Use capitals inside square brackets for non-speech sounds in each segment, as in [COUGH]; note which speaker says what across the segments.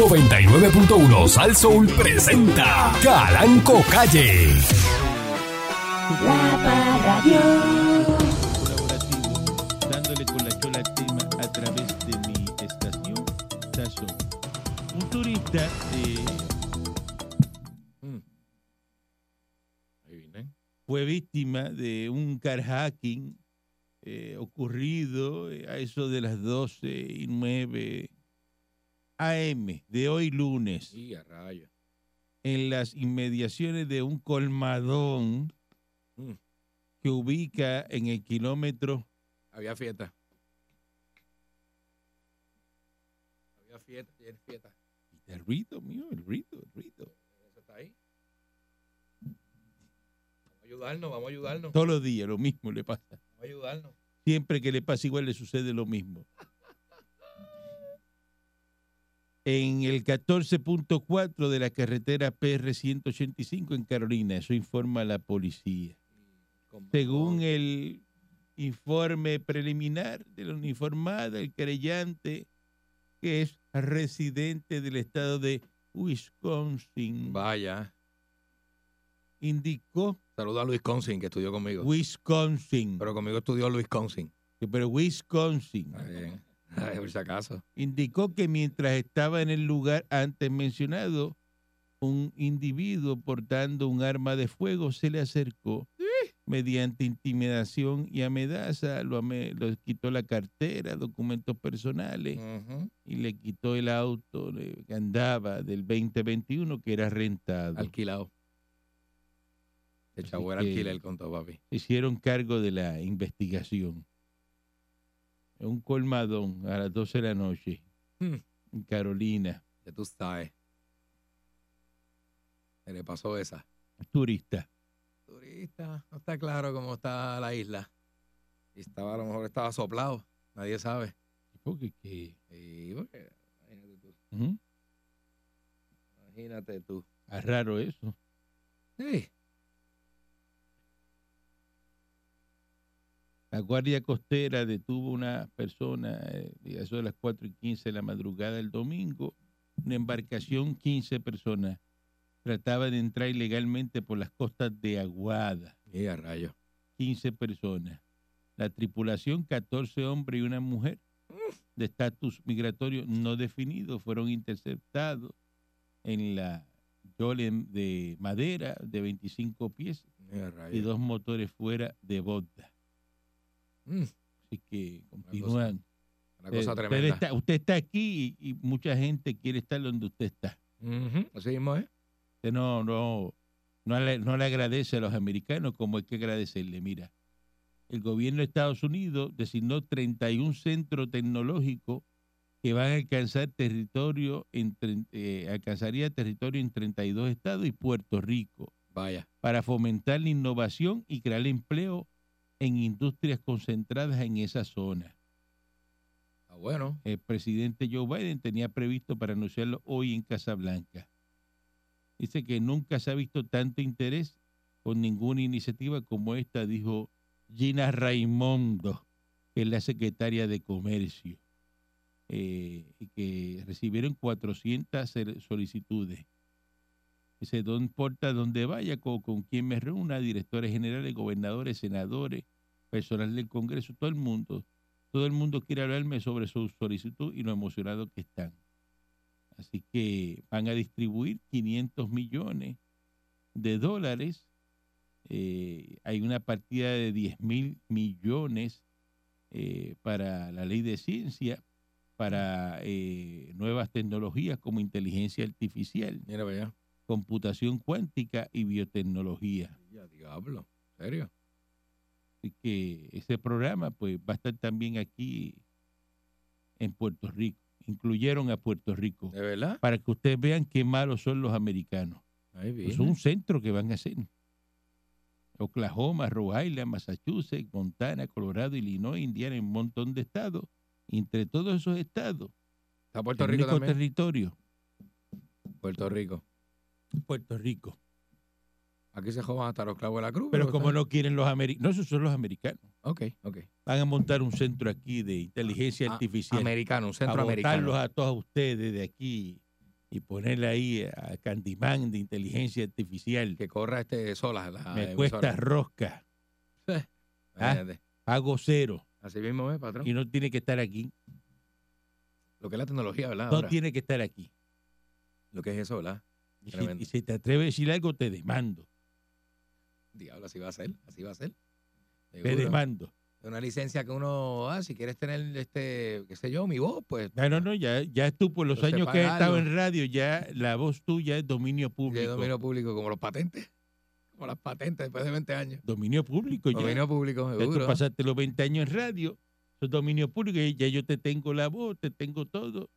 Speaker 1: 99.1 Sal Soul presenta Calanco Calle.
Speaker 2: La Parradio.
Speaker 3: colaborativo, dándole con la chola tema a través de mi estación Sazón. Un turista eh, mm. fue víctima de un carjacking eh, ocurrido eh, a eso de las 12 y 9 AM de hoy lunes
Speaker 4: Sí, a rayos.
Speaker 3: en las inmediaciones de un colmadón
Speaker 4: Mm.
Speaker 3: que ubica en el kilómetro
Speaker 4: Había fiesta. Había fiesta, ayer fiesta.
Speaker 3: El ruido mío, el ruido, el ruido.
Speaker 4: Eso está ahí. Vamos a ayudarnos, vamos a ayudarnos,
Speaker 3: Todos los días lo mismo le pasa.
Speaker 4: vamos a ayudarnos.
Speaker 3: Siempre que le pasa igual le sucede lo mismo. En el 14.4 de la carretera PR-185 en Carolina, eso informa la policía.
Speaker 4: Con-
Speaker 3: Según el informe preliminar de la uniformada, el querellante, que es residente del estado de Wisconsin,
Speaker 4: Vaya.
Speaker 3: indicó
Speaker 4: Saludo a Luis Consin, que estudió conmigo.
Speaker 3: Wisconsin,
Speaker 4: Pero conmigo estudió Luis Consin.
Speaker 3: pero Wisconsin.
Speaker 4: Está bien. Ay, Por si acaso.
Speaker 3: indicó que mientras estaba en el lugar antes mencionado, un individuo portando un arma de fuego se le acercó. Mediante intimidación y amenaza, lo, ame- lo quitó la cartera, documentos personales
Speaker 4: Ujú.
Speaker 3: y le quitó el auto de- que andaba del 2021 que era rentado.
Speaker 4: Alquilado. El
Speaker 3: Así
Speaker 4: chavo era
Speaker 3: que-
Speaker 4: alquiler con todo, papi.
Speaker 3: Se hicieron cargo de la investigación. En un colmadón a las 12 de la noche
Speaker 4: Hmm.
Speaker 3: en Carolina,
Speaker 4: Ya tú sabes. Se le pasó esa.
Speaker 3: turista.
Speaker 4: Turista, no está claro cómo está la isla. Y Estaba, a lo mejor estaba soplado, nadie sabe.
Speaker 3: Porque que-
Speaker 4: Y, porque, imagínate tú.
Speaker 3: Ujú.
Speaker 4: Imagínate tú.
Speaker 3: Ah, raro eso.
Speaker 4: Sí,
Speaker 3: La Guardia Costera detuvo una persona eh, a eso de las 4 y 15 de la madrugada del domingo. Una embarcación, 15 personas. Trataba de entrar ilegalmente por las costas de Aguada,
Speaker 4: y a rayo.
Speaker 3: 15 personas. La tripulación, 14 hombres y una mujer de estatus migratorio no definido, fueron interceptados en la Yolen de madera de 25 pies
Speaker 4: Y a
Speaker 3: y
Speaker 4: rayo.
Speaker 3: dos motores fuera de bota.
Speaker 4: Mm,
Speaker 3: Así que continúan.
Speaker 4: una cosa
Speaker 3: Eh, usted,
Speaker 4: tremenda.
Speaker 3: está, usted está aquí y, y mucha gente quiere estar donde usted está.
Speaker 4: Ujú, Así mismo, ¿eh?
Speaker 3: Usted no, no, no, le, no le agradece a los americanos como hay que agradecerle. Mira, el gobierno de Estados Unidos designó 31 centros tecnológicos que van a alcanzar territorio en, tre- eh, alcanzaría territorio en 32 estados y Puerto Rico
Speaker 4: Vaya.
Speaker 3: para fomentar la innovación y crear empleo en industrias concentradas en esa zona.
Speaker 4: Está bueno.
Speaker 3: el presidente Joe Biden tenía previsto para anunciarlo hoy en Casablanca. Dice que nunca se ha visto tanto interés con ninguna iniciativa como esta, dijo Gina Raimondo, que es la secretaria de Comercio, eh, y que recibieron 400 sol- solicitudes. Dice, no importa donde vaya, con, con quien me reúna, directores generales, gobernadores, senadores, personal del Congreso, todo el mundo. Todo el mundo quiere hablarme sobre su solicitud y lo emocionado que están. Así que van a distribuir 500 millones de dólares. Eh, hay una partida de 10 mil millones eh, para la ley de ciencia, para eh, nuevas tecnologías como inteligencia artificial,
Speaker 4: Mira para allá.
Speaker 3: computación cuántica y biotecnología.
Speaker 4: Ya, diablo. ¿En serio?
Speaker 3: Así que ese programa pues va a estar también aquí en Puerto Rico. Incluyeron a Puerto Rico
Speaker 4: ¿De verdad?
Speaker 3: para que ustedes vean qué malos son los americanos.
Speaker 4: Ahí
Speaker 3: Pues
Speaker 4: viene.
Speaker 3: es un centro que van a hacer. Oklahoma, Rhode Island, Massachusetts, Montana, Colorado, Illinois, Indiana, un montón de estados. Entre todos esos estados,
Speaker 4: Está
Speaker 3: el
Speaker 4: Puerto Rico
Speaker 3: único
Speaker 4: también.
Speaker 3: territorio,
Speaker 4: Puerto Rico.
Speaker 3: Puerto Rico.
Speaker 4: Aquí se jodan hasta los clavos de la cruz.
Speaker 3: Pero como
Speaker 4: está-
Speaker 3: no quieren los americanos, no, esos son los americanos.
Speaker 4: Ok, ok.
Speaker 3: Van a montar un centro aquí de inteligencia
Speaker 4: Ah,
Speaker 3: artificial.
Speaker 4: Americano, un
Speaker 3: a
Speaker 4: centro
Speaker 3: botarlos
Speaker 4: americano.
Speaker 3: a todos ustedes de aquí y ponerle ahí a Candyman de inteligencia artificial.
Speaker 4: Que corra este sola la
Speaker 3: Me
Speaker 4: emisora.
Speaker 3: cuesta ah. rosca,
Speaker 4: Imagínate.
Speaker 3: hago cero
Speaker 4: Así mismo es, patrón.
Speaker 3: y no tiene que estar aquí.
Speaker 4: Lo que es la tecnología, ¿verdad?
Speaker 3: No
Speaker 4: Ahora,
Speaker 3: tiene que estar aquí.
Speaker 4: Lo que es eso, ¿verdad?
Speaker 3: Y si,
Speaker 4: Tremendo.
Speaker 3: y si te atreves a decir algo, te demando.
Speaker 4: Diablo, así va a ser, así va a ser.
Speaker 3: Te
Speaker 4: Seguro.
Speaker 3: demando.
Speaker 4: Una licencia que uno, ah, si quieres tener, este, qué sé yo, mi voz, pues.
Speaker 3: No, no, no, ya, ya tú por los
Speaker 4: Pero sé
Speaker 3: años que has estado
Speaker 4: pagarlo.
Speaker 3: en radio, ya la voz tuya es dominio
Speaker 4: ya hay
Speaker 3: público.
Speaker 4: dominio público, como los patentes. Como las patentes después de 20 años.
Speaker 3: Dominio público, ya.
Speaker 4: Dominio público,
Speaker 3: Ya tú
Speaker 4: seguro.
Speaker 3: pasaste los 20 años en radio, eso es dominio público, y ya yo te tengo la voz, te tengo todo.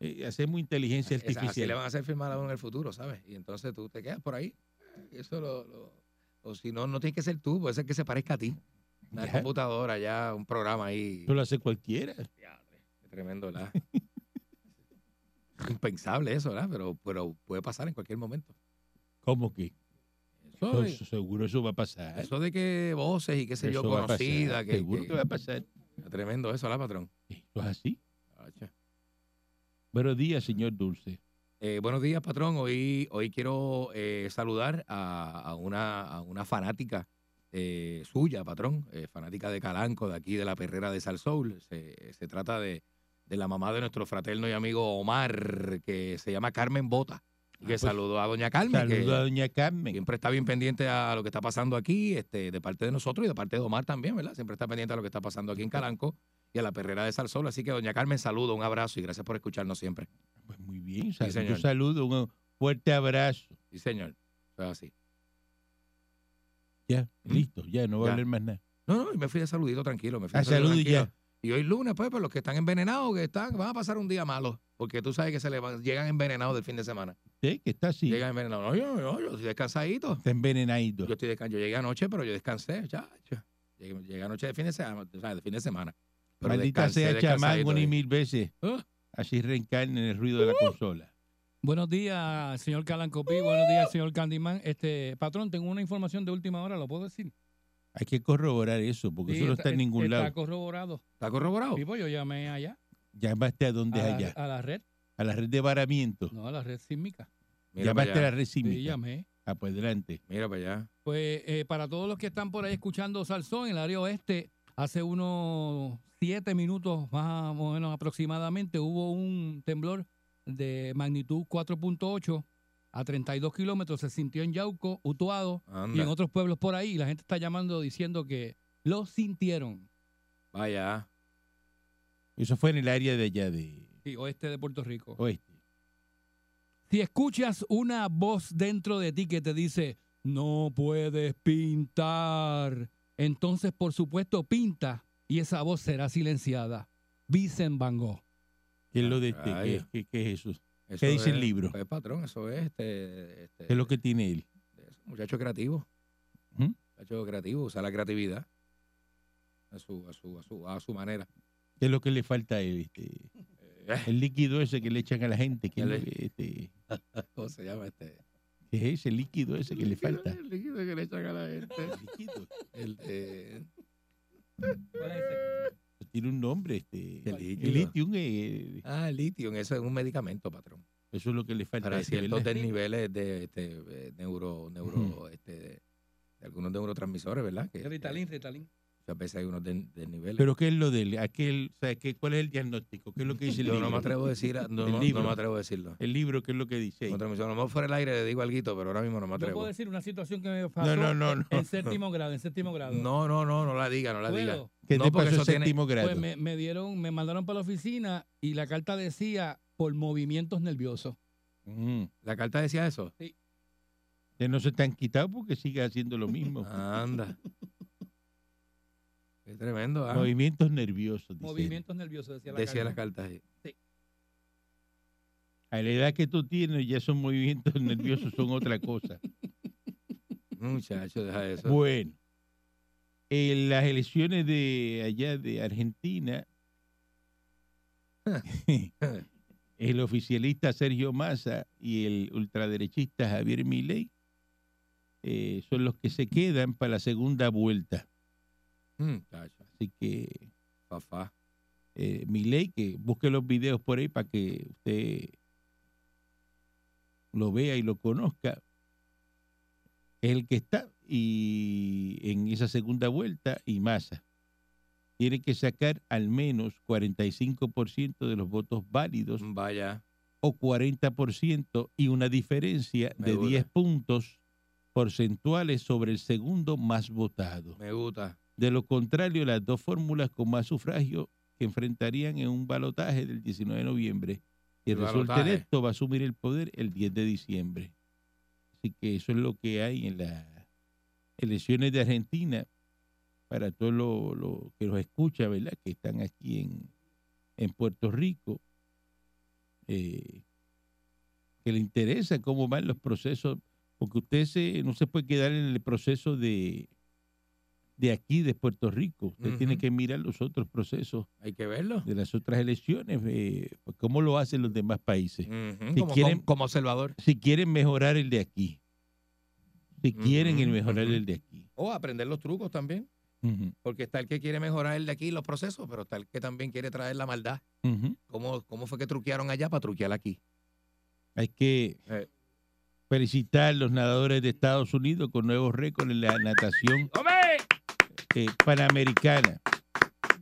Speaker 3: Eh, hacemos inteligencia
Speaker 4: Esa- así le
Speaker 3: artificial.
Speaker 4: van a hacer firmar a uno en el futuro, ¿sabes? Y entonces tú te quedas por ahí. Eso lo. lo- o si no, no tienes que ser tú, puede ser que se parezca a ti. Una
Speaker 3: Ya.
Speaker 4: computadora, ya un programa ahí.
Speaker 3: Eso lo hace cualquiera.
Speaker 4: Diadre, qué tremendo, ¿verdad? [LAUGHS] Impensable eso, ¿verdad? Pero, pero puede pasar en cualquier momento.
Speaker 3: ¿Cómo que?
Speaker 4: Eso,
Speaker 3: Eso- seguro eso va a pasar.
Speaker 4: eso de que voces y qué sé yo,
Speaker 3: Pues, Eso va a pasar,
Speaker 4: conocida. Que,
Speaker 3: seguro que,
Speaker 4: que-
Speaker 3: va a pasar.
Speaker 4: Tremendo eso, ¿verdad, patrón?
Speaker 3: Esto es así.
Speaker 4: Acho.
Speaker 3: Buenos días, señor Dulce.
Speaker 4: Eh, buenos días, patrón. Hoy, hoy quiero eh, saludar a, a una, a una fanática eh, suya, patrón, eh, fanática de Calanco, de aquí, de la perrera de Sal Soul. Se, se trata de, de la mamá de nuestro fraterno y amigo Omar, que se llama Carmen Bota. Y que
Speaker 3: pues,
Speaker 4: saludó a doña Carmen, que
Speaker 3: Saludos a doña Carmen.
Speaker 4: siempre está bien pendiente a lo que está pasando aquí, este, de parte de nosotros y de parte de Omar también, ¿verdad? Siempre está pendiente a lo que está pasando aquí en Calanco y a la perrera de Sal Soul. Así que, doña Carmen, saludo, un abrazo y gracias por escucharnos siempre.
Speaker 3: Pues muy bien, sal- yo
Speaker 4: señor.
Speaker 3: saludo, un fuerte abrazo.
Speaker 4: Sí, señor. Eso es así.
Speaker 3: Ya,
Speaker 4: Mm.
Speaker 3: listo, ya, no va a
Speaker 4: Ya.
Speaker 3: hablar más nada.
Speaker 4: No, no, y me fui de saludito tranquilo, me fui
Speaker 3: Ah,
Speaker 4: de saludo
Speaker 3: saludo y
Speaker 4: tranquilo.
Speaker 3: ya.
Speaker 4: Y hoy lunes, pues, para los que están envenenados, que están, van a pasar un día malo, porque tú sabes que se le van, llegan envenenados del fin de semana.
Speaker 3: Usted que está así,
Speaker 4: Llegan envenenados. No, yo, yo, yo estoy descansadito.
Speaker 3: está envenenadito.
Speaker 4: Yo estoy descan- Yo llegué anoche, pero yo descansé, ya. ya. Llegué, llegué anoche de fin de semana, o sea, de fin de semana. Pero
Speaker 3: Maldita
Speaker 4: descansé
Speaker 3: sea chamán
Speaker 4: descansadito
Speaker 3: una y
Speaker 4: ahí.
Speaker 3: mil veces.
Speaker 4: Ah.
Speaker 3: Así reencarna en el ruido de la consola.
Speaker 5: Buenos días, señor Calancopí. Buenos días, señor Candyman. Este, patrón, tengo una información de última hora, ¿lo puedo decir?
Speaker 3: Hay que corroborar eso, porque
Speaker 5: Sí,
Speaker 3: eso no está en ningún
Speaker 5: está
Speaker 3: lado.
Speaker 5: corroborado.
Speaker 4: ¿Está corroborado?
Speaker 5: Sí, pues yo llamé allá.
Speaker 3: Llamaste a dónde
Speaker 5: A
Speaker 3: es
Speaker 5: la,
Speaker 3: allá,
Speaker 5: a la red.
Speaker 3: a la red de varamiento.
Speaker 5: Ah, No, a la red sísmica.
Speaker 4: Mira para
Speaker 3: Llamaste a la
Speaker 4: allá.
Speaker 3: red
Speaker 5: Sí,
Speaker 3: sísmica.
Speaker 5: llamé.
Speaker 3: Ah, pues adelante.
Speaker 4: Mira para allá.
Speaker 5: Pues eh, para todos los que están por ahí escuchando Salsón, en el área oeste, hace unos siete minutos más o menos aproximadamente, hubo un temblor de magnitud 4.8 a 32 kilómetros. Se sintió en Yauco, Utuado, y
Speaker 4: Anda.
Speaker 5: en otros pueblos por ahí. y La gente está llamando diciendo que lo sintieron.
Speaker 4: Vaya.
Speaker 3: Eso fue en el área de allá de
Speaker 5: Sí, oeste de Puerto Rico.
Speaker 3: oeste.
Speaker 5: Si escuchas una voz dentro de ti que te dice, no puedes pintar, entonces por supuesto pinta y esa voz será silenciada. Vicen Van Gogh.
Speaker 3: ¿Qué es lo de este?
Speaker 4: Ay.
Speaker 3: ¿Qué, qué- qué es eso?
Speaker 4: Eso
Speaker 3: ¿Qué dice el
Speaker 4: es-
Speaker 3: libro?
Speaker 4: Pues, patrón, eso es este, este
Speaker 3: ¿Qué es lo que tiene él?
Speaker 4: Eso, muchacho creativo.
Speaker 3: ¿Mm?
Speaker 4: Muchacho creativo, usa la creatividad a su, a su, a su, a su manera.
Speaker 3: ¿Qué es lo que le falta a él? este?
Speaker 4: Eh, [LAUGHS]
Speaker 3: El líquido ese que le echan a la gente. ¿Qué es, lo
Speaker 4: El- e-
Speaker 3: que, este,
Speaker 4: ¿Cómo se llama este?
Speaker 3: qué es ese líquido ese que le
Speaker 4: Líquido,
Speaker 3: falta?
Speaker 4: El líquido que le echan a la gente.
Speaker 3: Líquido.
Speaker 4: El, eh,
Speaker 3: Tiene un nombre. Este,
Speaker 4: El líquido.
Speaker 3: el litio, eh,
Speaker 4: ah, el litio, eso es un medicamento, patrón.
Speaker 3: eso es lo que le falta.
Speaker 4: Para
Speaker 3: a ese,
Speaker 4: ciertos
Speaker 3: ¿verdad? [LAUGHS]
Speaker 4: desniveles de este, eh, neuro, neuro,
Speaker 3: Ujú.
Speaker 4: este, de, algunos neurotransmisores, ¿verdad? Que,
Speaker 5: Ritalin, Ritalin.
Speaker 4: que muchas veces hay unos den- desniveles.
Speaker 3: Pero ¿qué es lo de él? Aquel, o sea, ¿qué- ¿Cuál es el diagnóstico? ¿Qué es lo que dice el
Speaker 4: yo
Speaker 3: libro?
Speaker 4: no me atrevo a decir, a- no,
Speaker 3: El
Speaker 4: no- no
Speaker 3: libro.
Speaker 4: me atrevo a decirlo.
Speaker 3: El libro, ¿qué es lo que dice? ahí?
Speaker 4: Neurotransmisor, a lo mejor fuera el aire le digo algo, pero ahora mismo no me
Speaker 5: Yo puedo
Speaker 4: atrevo.
Speaker 5: decir una situación que me
Speaker 3: No,
Speaker 5: pasó
Speaker 3: no, no, no.
Speaker 5: en séptimo grado, en séptimo grado.
Speaker 4: No, no, no, no la diga, no la diga.
Speaker 5: ¿Puedo?
Speaker 3: ¿Qué
Speaker 4: No,
Speaker 3: te
Speaker 4: porque
Speaker 3: pasó en
Speaker 4: eso tiene-
Speaker 3: séptimo grado?
Speaker 5: Pues me, me dieron, me mandaron para la oficina y la carta decía por movimientos nerviosos.
Speaker 3: Ujú.
Speaker 4: La carta decía eso.
Speaker 3: Que Mm. no se te han quitado porque sigue haciendo
Speaker 4: [LAUGHS] Ah,
Speaker 3: lo mismo.
Speaker 4: Anda. Qué tremendo, ¿ah?
Speaker 3: Movimientos nerviosos. dice él.
Speaker 5: Movimientos nerviosos decía la
Speaker 4: Decía
Speaker 5: carta.
Speaker 4: la carta. sí.
Speaker 3: A la edad que tú tienes, ya esos movimientos [LAUGHS] nerviosos son otra cosa.
Speaker 4: Muchacho, deja eso.
Speaker 3: Bueno, en las elecciones de allá de Argentina, el oficialista Sergio Massa y el ultraderechista Javier Milei eh, son los que se quedan para la segunda vuelta.
Speaker 4: [LAUGHS] Muchacho,
Speaker 3: Así que
Speaker 4: papá.
Speaker 3: eh, Milei, que busque los videos por ahí para que usted lo vea y lo conozca, es el que está y en esa segunda vuelta y masa. Tiene que sacar al menos 45% de los votos válidos
Speaker 4: Vaya.
Speaker 3: o 40% y una diferencia
Speaker 4: Me
Speaker 3: de
Speaker 4: gusta.
Speaker 3: 10 puntos porcentuales sobre el segundo más votado.
Speaker 4: Me gusta.
Speaker 3: De lo contrario, las dos fórmulas con más sufragio que enfrentarían en un balotaje del 19 de noviembre y
Speaker 4: El
Speaker 3: resulta
Speaker 4: balotaje.
Speaker 3: electo va a asumir el poder el 10 de diciembre. Así que eso es lo que hay en las elecciones de Argentina para todos los que los escucha, ¿verdad? Que están aquí en, en Puerto Rico, eh, que le interesa cómo van los procesos, porque usted se, no se puede quedar en el proceso de, de aquí, de Puerto Rico. Usted tiene
Speaker 4: Ujú.
Speaker 3: que mirar los otros procesos
Speaker 4: Hay que verlo.
Speaker 3: de las otras elecciones, eh, cómo lo hacen los demás países.
Speaker 4: Ujú,
Speaker 3: Si
Speaker 4: como,
Speaker 3: quieren-
Speaker 4: como- como observador.
Speaker 3: Si quieren mejorar el de aquí, si quieren el
Speaker 4: Ujú,
Speaker 3: mejorar
Speaker 4: ujú.
Speaker 3: el de aquí.
Speaker 4: O aprender los trucos también.
Speaker 3: Ujú,
Speaker 4: Porque está el que quiere mejorar el de aquí los procesos, pero está el que también quiere traer la maldad.
Speaker 3: ujú.
Speaker 4: ¿Cómo, cómo fue que truquearon allá para truquear aquí?
Speaker 3: Hay que
Speaker 4: Eh.
Speaker 3: felicitar a los nadadores de Estados Unidos con nuevos récords en la natación
Speaker 4: ¡Hombre!
Speaker 3: eh, panamericana.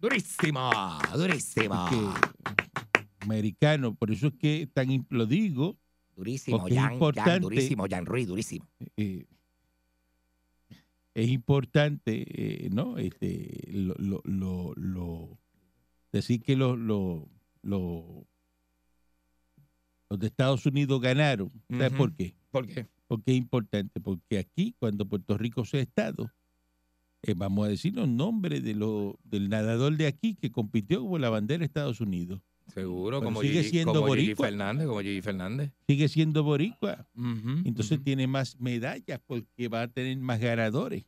Speaker 4: ¡Durísima! ¡Durísima!
Speaker 3: que- americano, por eso es que tan im- lo digo,
Speaker 4: Durísimo,
Speaker 3: porque es
Speaker 4: Jan,
Speaker 3: importante-
Speaker 4: Jan, durísimo, Jan Ruiz, durísimo.
Speaker 3: eh, es importante, eh, ¿no? Este, lo, lo- lo- lo- decir que los los- los- los de Estados Unidos ganaron. ¿Sabes
Speaker 4: Ujú.
Speaker 3: por qué?
Speaker 4: ¿Por qué?
Speaker 3: porque es importante, porque aquí, cuando Puerto Rico sea Estado, eh, vamos a decir los nombres de lo, del nadador de aquí que compitió como la bandera de Estados Unidos.
Speaker 4: Seguro,
Speaker 3: Pero
Speaker 4: como
Speaker 3: sigue
Speaker 4: Gigi-
Speaker 3: siendo
Speaker 4: como Gigi
Speaker 3: boricua.
Speaker 4: Fernández, como Gigi Fernández.
Speaker 3: Sigue siendo boricua,
Speaker 4: Ujú,
Speaker 3: entonces
Speaker 4: ujú.
Speaker 3: tiene más medallas porque va a tener más ganadores.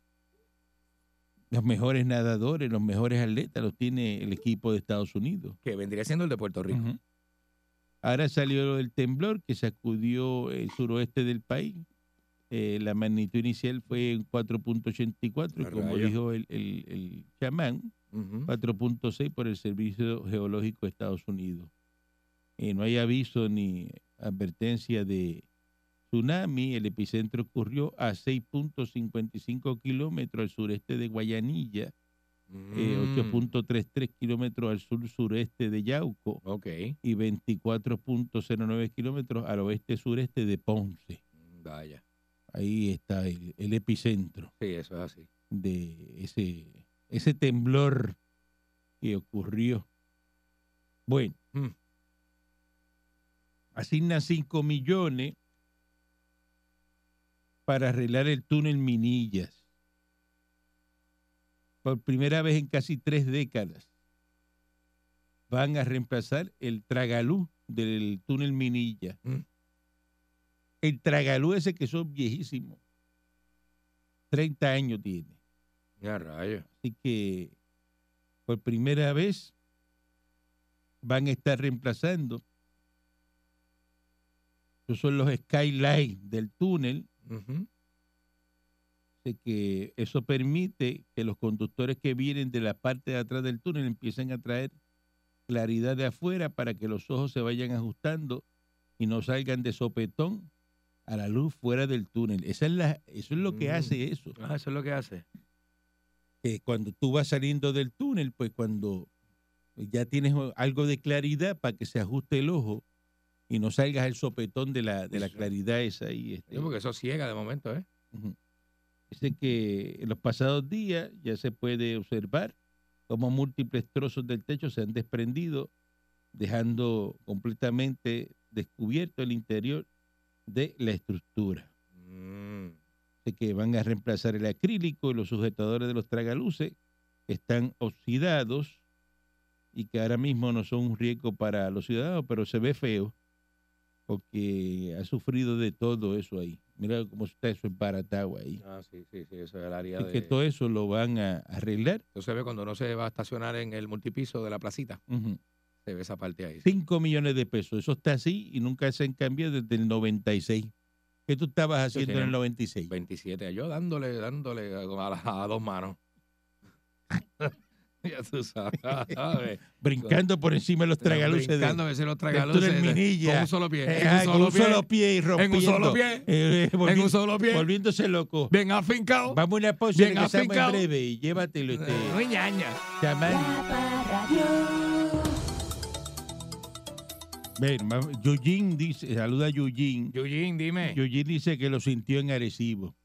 Speaker 3: Los mejores nadadores, los mejores atletas los tiene el equipo de Estados Unidos.
Speaker 4: que vendría siendo el de Puerto Rico.
Speaker 3: Ujú. Ahora salió lo del temblor que sacudió el suroeste del país. Eh, la magnitud inicial fue en 4.84,
Speaker 4: A
Speaker 3: como
Speaker 4: rayos.
Speaker 3: dijo el, el, el chamán,
Speaker 4: Ujú.
Speaker 3: 4.6 por el Servicio Geológico de Estados Unidos. Eh, no hay aviso ni advertencia de tsunami. El epicentro ocurrió a 6.55 kilómetros al sureste de Guayanilla, eh,
Speaker 4: Mm,
Speaker 3: 8.33 kilómetros al sur-sureste de Yauco
Speaker 4: Ok,
Speaker 3: y 24.09 kilómetros al oeste-sureste de Ponce.
Speaker 4: vaya.
Speaker 3: Ahí está el, el epicentro
Speaker 4: Sí, eso es así.
Speaker 3: de ese, ese temblor que ocurrió. Bueno,
Speaker 4: Mm.
Speaker 3: asigna 5 millones para arreglar el túnel Minillas. Por primera vez en casi tres décadas van a reemplazar el tragalú del túnel Minilla.
Speaker 4: Mm.
Speaker 3: El tragalú ese que son viejísimos. 30 años tiene.
Speaker 4: Ya rayo.
Speaker 3: Así que por primera vez van a estar reemplazando. Esos son los skylights del túnel.
Speaker 4: Ujú.
Speaker 3: Así que eso permite que los conductores que vienen de la parte de atrás del túnel empiecen a traer claridad de afuera para que los ojos se vayan ajustando y no salgan de sopetón a la luz fuera del túnel. Esa es la, eso es lo que
Speaker 4: Mm.
Speaker 3: hace eso.
Speaker 4: Ah, eso es lo que hace.
Speaker 3: que eh, cuando tú vas saliendo del túnel, pues cuando ya tienes o- algo de claridad para que se ajuste el ojo y no salgas al sopetón de la, de la
Speaker 4: Sí.
Speaker 3: claridad esa ahí. este.
Speaker 4: Sí, porque eso ciega de momento, ¿eh?
Speaker 3: Ujú. Dice que en los pasados días ya se puede observar cómo múltiples trozos del techo se han desprendido, dejando completamente descubierto el interior de la estructura
Speaker 4: Mm,
Speaker 3: de que van a reemplazar el acrílico y los sujetadores de los tragaluces que están oxidados y que ahora mismo no son un riesgo para los ciudadanos, pero se ve feo porque ha sufrido de todo eso ahí. Mira cómo está eso en Paratagua ahí.
Speaker 4: Ah, sí, sí, sí, eso es el área
Speaker 3: Así
Speaker 4: de...
Speaker 3: que todo eso lo van a arreglar.
Speaker 4: Eso se ve cuando uno se va a estacionar en el multipiso de la placita.
Speaker 3: Ujú.
Speaker 4: Se ve esa parte ahí. sí.
Speaker 3: 5 millones de pesos. Eso está así y nunca se han cambiado desde el 96. ¿Qué tú estabas haciendo en el
Speaker 4: tienen
Speaker 3: 96?
Speaker 4: 27, yo dándole, dándole a, la- a dos manos. [LAUGHS] ya tú
Speaker 3: [LAUGHS]
Speaker 4: sabes.
Speaker 3: brincando por encima de los tragaluces de,
Speaker 4: Brincándome se los tragaluces.
Speaker 3: del Minilla.
Speaker 4: Con un solo pie.
Speaker 3: Eh,
Speaker 4: en
Speaker 3: ah,
Speaker 4: un
Speaker 3: con
Speaker 4: solo
Speaker 3: un
Speaker 4: pie.
Speaker 3: solo pie y
Speaker 4: en un solo
Speaker 3: rompiendo.
Speaker 4: pie.
Speaker 3: Eh, eh,
Speaker 4: En un
Speaker 3: volvi-
Speaker 4: solo pie.
Speaker 3: Volviéndose loco.
Speaker 4: Bien afincado.
Speaker 3: Vamos a una pausa y
Speaker 4: Bien
Speaker 3: regresamos en
Speaker 4: afincado.
Speaker 3: breve. Y llévatelo este.
Speaker 4: Muy ñaña.
Speaker 3: chamán.
Speaker 2: La
Speaker 3: Ven, vamos, Yujin dice, saluda a Yujin.
Speaker 4: Yujin, dime.
Speaker 3: Yujin dice que lo sintió en Arecibo.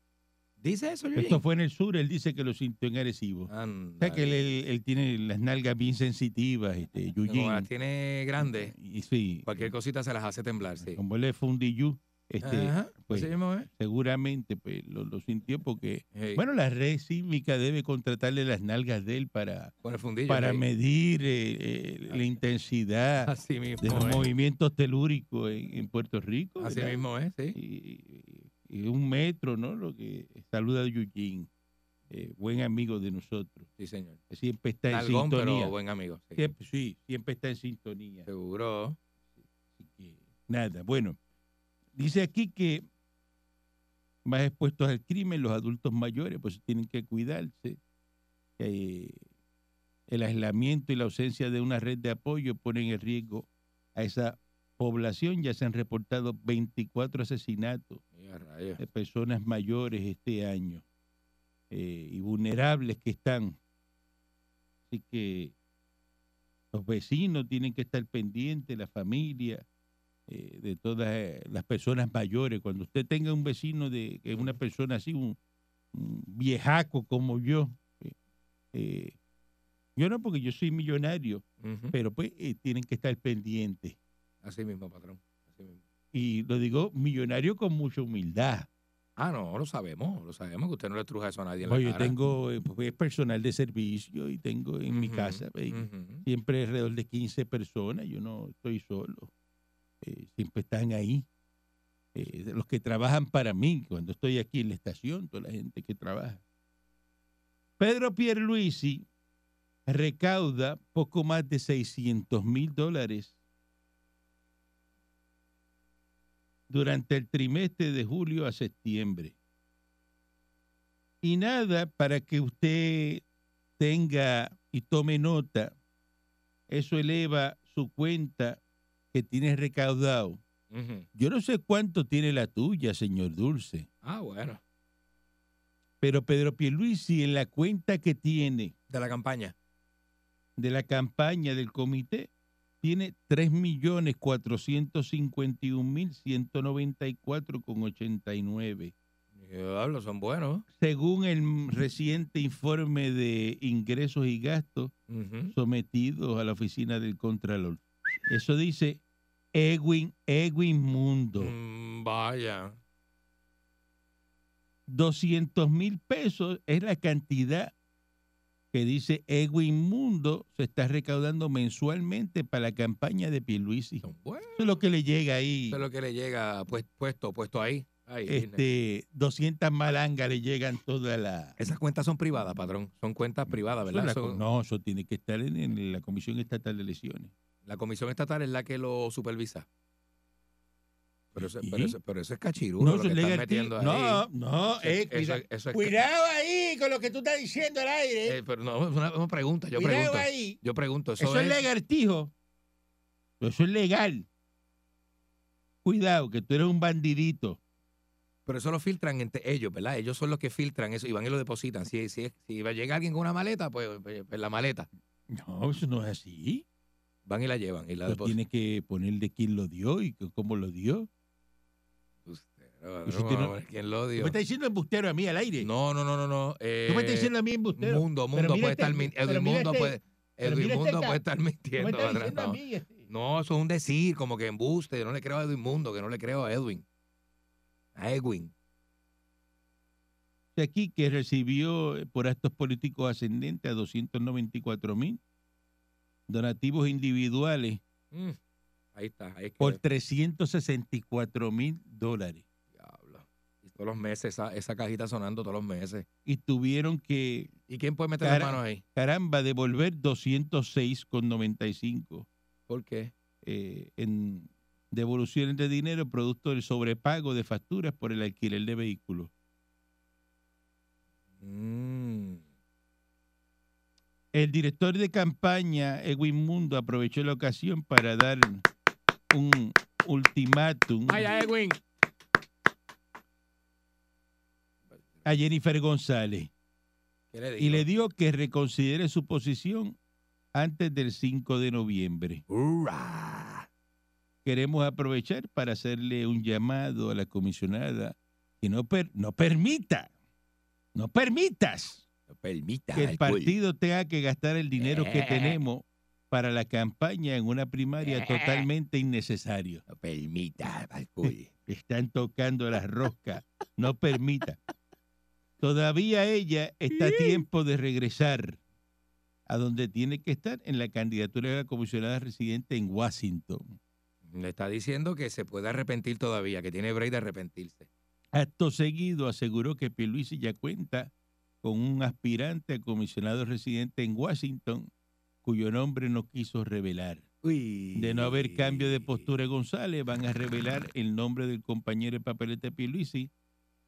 Speaker 4: ¿Dice eso, Yujin?
Speaker 3: Esto fue en el sur, él dice que lo sintió en Arecibo.
Speaker 4: Ah,
Speaker 3: O sea que él, él- él tiene las nalgas bien sensitivas, este, Yujin.
Speaker 4: Como las tiene grandes,
Speaker 3: Y sí,
Speaker 4: cualquier cosita se las hace temblar, sí.
Speaker 3: como él es fundillú, este,
Speaker 4: Ajá,
Speaker 3: pues,
Speaker 4: así mismo es.
Speaker 3: seguramente pues, lo, lo sintió porque...
Speaker 4: Sí,
Speaker 3: Bueno, la red sísmica debe contratarle las nalgas de él para,
Speaker 4: con el fundillo.
Speaker 3: para
Speaker 4: sí.
Speaker 3: medir eh, eh, la intensidad
Speaker 4: [LAUGHS] Así mismo
Speaker 3: de los
Speaker 4: es.
Speaker 3: movimientos telúricos en, en Puerto Rico.
Speaker 4: Así
Speaker 3: ¿verdad?
Speaker 4: mismo es, sí.
Speaker 3: y, y un metro, ¿no? Lo que saluda a Eugene, eh, buen amigo de nosotros,
Speaker 4: Sí, señor.
Speaker 3: que siempre está en
Speaker 4: Nalgón,
Speaker 3: sintonía.
Speaker 4: pero buen amigo. sí.
Speaker 3: Siempre- sí, siempre está en sintonía.
Speaker 4: Seguro.
Speaker 3: Así que, nada, bueno. Dice aquí que más expuestos al crimen los adultos mayores, pues tienen que cuidarse. Eh, el aislamiento y la ausencia de una red de apoyo ponen en riesgo a esa población. Ya se han reportado 24 asesinatos
Speaker 4: Mira, rayos.
Speaker 3: de eh, personas mayores este año eh, y vulnerables que están. Así que los vecinos tienen que estar pendientes, la familia, eh, de todas eh, las personas mayores. Cuando usted tenga un vecino de que es una persona así, un, un viejaco como yo, eh, eh, yo no porque yo soy millonario,
Speaker 4: Ujú.
Speaker 3: pero pues eh, tienen que estar pendientes.
Speaker 4: Así mismo, patrón. Así mismo.
Speaker 3: Y lo digo millonario con mucha humildad.
Speaker 4: Ah, no, lo sabemos. Lo sabemos que usted no le truja eso a nadie en la
Speaker 3: Oye,
Speaker 4: cara.
Speaker 3: tengo eh, pues, personal de servicio y tengo en mi
Speaker 4: Ujú,
Speaker 3: casa eh,
Speaker 4: ujú.
Speaker 3: siempre alrededor de 15 personas, yo no estoy solo, eh, siempre están ahí. Eh, de los que trabajan para mí, cuando estoy aquí en la estación, toda la gente que trabaja. Pedro Pierluisi recauda poco más de 600 mil dólares durante el trimestre de julio a septiembre. Y nada, para que usted tenga y tome nota, eso eleva su cuenta que tienes recaudado.
Speaker 4: Ujú.
Speaker 3: Yo no sé cuánto tiene la tuya, señor Dulce,
Speaker 4: Ah, bueno.
Speaker 3: pero Pedro Pierluisi en la cuenta que tiene
Speaker 4: De la campaña.
Speaker 3: de la campaña del comité tiene 3.451.194,89.
Speaker 4: Yo hablo, son buenos.
Speaker 3: Según el reciente informe de ingresos y gastos,
Speaker 4: Ujú.
Speaker 3: sometidos a la oficina del Contralor. Eso dice Edwin, Edwin Mundo.
Speaker 4: Mm, vaya.
Speaker 3: 200 mil pesos es la cantidad que dice Edwin Mundo se está recaudando mensualmente para la campaña de Pierluisi. Eso
Speaker 4: Son buenos.
Speaker 3: es lo que le llega ahí.
Speaker 4: Eso es lo que le llega pues, puesto, puesto ahí. ahí Disney.
Speaker 3: Este, 200 malangas le llegan toda la...
Speaker 4: Esas cuentas son privadas, patrón. Son cuentas privadas,
Speaker 3: Eso
Speaker 4: ¿verdad?
Speaker 3: la-
Speaker 4: Son-
Speaker 3: no, eso tiene que estar en, en la Comisión Estatal de Elecciones.
Speaker 4: La comisión estatal es la que lo supervisa. Pero eso, pero
Speaker 3: ¿Y?
Speaker 4: eso, pero eso es cachirulo
Speaker 3: No,
Speaker 4: lo
Speaker 3: eso
Speaker 4: que
Speaker 3: es
Speaker 4: están
Speaker 3: legal.
Speaker 4: metiendo ahí.
Speaker 3: No, no,
Speaker 4: Eso-
Speaker 3: eh,
Speaker 4: eso-
Speaker 3: cuida-
Speaker 4: eso es-
Speaker 3: cuidado ahí con lo que tú estás diciendo al aire.
Speaker 4: Eh, pero no, es una, una pregunta. Yo
Speaker 3: Cuidado
Speaker 4: pregunto.
Speaker 3: ahí.
Speaker 4: Yo pregunto. Eso,
Speaker 3: Eso, es lagartijo. Eso es legal. Cuidado, que tú eres un bandidito.
Speaker 4: Pero eso lo filtran entre ellos, ¿verdad? Ellos son los que filtran eso y van y lo depositan. Si, si, si va a llegar alguien con una maleta, pues, pues, pues la maleta.
Speaker 3: No, eso no es así.
Speaker 4: Van y la llevan y la
Speaker 3: Tú
Speaker 4: depositan.
Speaker 3: tienes que poner de quién lo dio y c- cómo lo dio.
Speaker 4: Usted, no,
Speaker 3: Usted
Speaker 4: no,
Speaker 3: no-
Speaker 4: hombre, ¿Quién lo
Speaker 3: Tú
Speaker 4: dio?
Speaker 3: me estás diciendo embustero a mí al aire.
Speaker 4: No, no, no, no. no.
Speaker 3: tú me estás
Speaker 4: eh,
Speaker 3: diciendo a mí embustero.
Speaker 4: Mundo,
Speaker 3: Pero
Speaker 4: mundo
Speaker 3: mira
Speaker 4: puede
Speaker 3: este-
Speaker 4: estar mintiendo.
Speaker 3: pero
Speaker 4: Edwin
Speaker 3: mira
Speaker 4: Mundo
Speaker 3: este-
Speaker 4: puede.
Speaker 3: pero
Speaker 4: Edwin
Speaker 3: mira este
Speaker 4: Mundo
Speaker 3: ca-
Speaker 4: puede estar
Speaker 3: tú me
Speaker 4: mintiendo.
Speaker 3: estás
Speaker 4: Adrián,
Speaker 3: diciendo a
Speaker 4: no.
Speaker 3: mí. este.
Speaker 4: No, eso es un decir, como que embuste. Yo no le creo a Edwin Mundo, que no le creo a Edwin. A Edwin.
Speaker 3: de aquí que recibió eh, por actos políticos ascendentes a 294 mil donativos individuales
Speaker 4: Mm, Ahí está, ahí es que
Speaker 3: por 364 mil dólares.
Speaker 4: diablo. Y todos los meses, esa, esa cajita sonando todos los meses.
Speaker 3: Y tuvieron que
Speaker 4: ¿Y quién puede meter
Speaker 3: Cara-
Speaker 4: las manos ahí?
Speaker 3: caramba, devolver 206,95
Speaker 4: ¿Por qué?
Speaker 3: eh, en devoluciones de dinero producto del sobrepago de facturas por el alquiler de vehículos.
Speaker 4: Mm.
Speaker 3: El director de campaña, Edwin Mundo, aprovechó la ocasión para dar un ultimátum
Speaker 5: Vaya, Edwin.
Speaker 3: a Jennifer González
Speaker 4: ¿Qué le
Speaker 3: y
Speaker 4: digo?
Speaker 3: le dio que reconsidere su posición antes del 5 de noviembre.
Speaker 4: Hurra.
Speaker 3: Queremos aprovechar para hacerle un llamado a la comisionada que no, per- no permita, no permitas
Speaker 4: No Permita.
Speaker 3: que el
Speaker 4: alcohol.
Speaker 3: partido tenga que gastar el dinero que
Speaker 4: pues, Eh.
Speaker 3: tenemos para la campaña en una primaria
Speaker 4: Eh.
Speaker 3: totalmente innecesario.
Speaker 4: No permita. alcohol.
Speaker 3: están tocando las roscas. No permita. Todavía ella está a tiempo de regresar a donde tiene que estar en la candidatura de la comisionada residente en Washington.
Speaker 4: [LAUGHS] Le está diciendo que se puede arrepentir todavía, que tiene break de arrepentirse.
Speaker 3: Acto seguido aseguró que Pierluisi ya cuenta con un aspirante a comisionado residente en Washington cuyo nombre no quiso revelar.
Speaker 4: Uy.
Speaker 3: De no haber cambio de postura de González, van a revelar el nombre del compañero de papeleta de Pierluisi,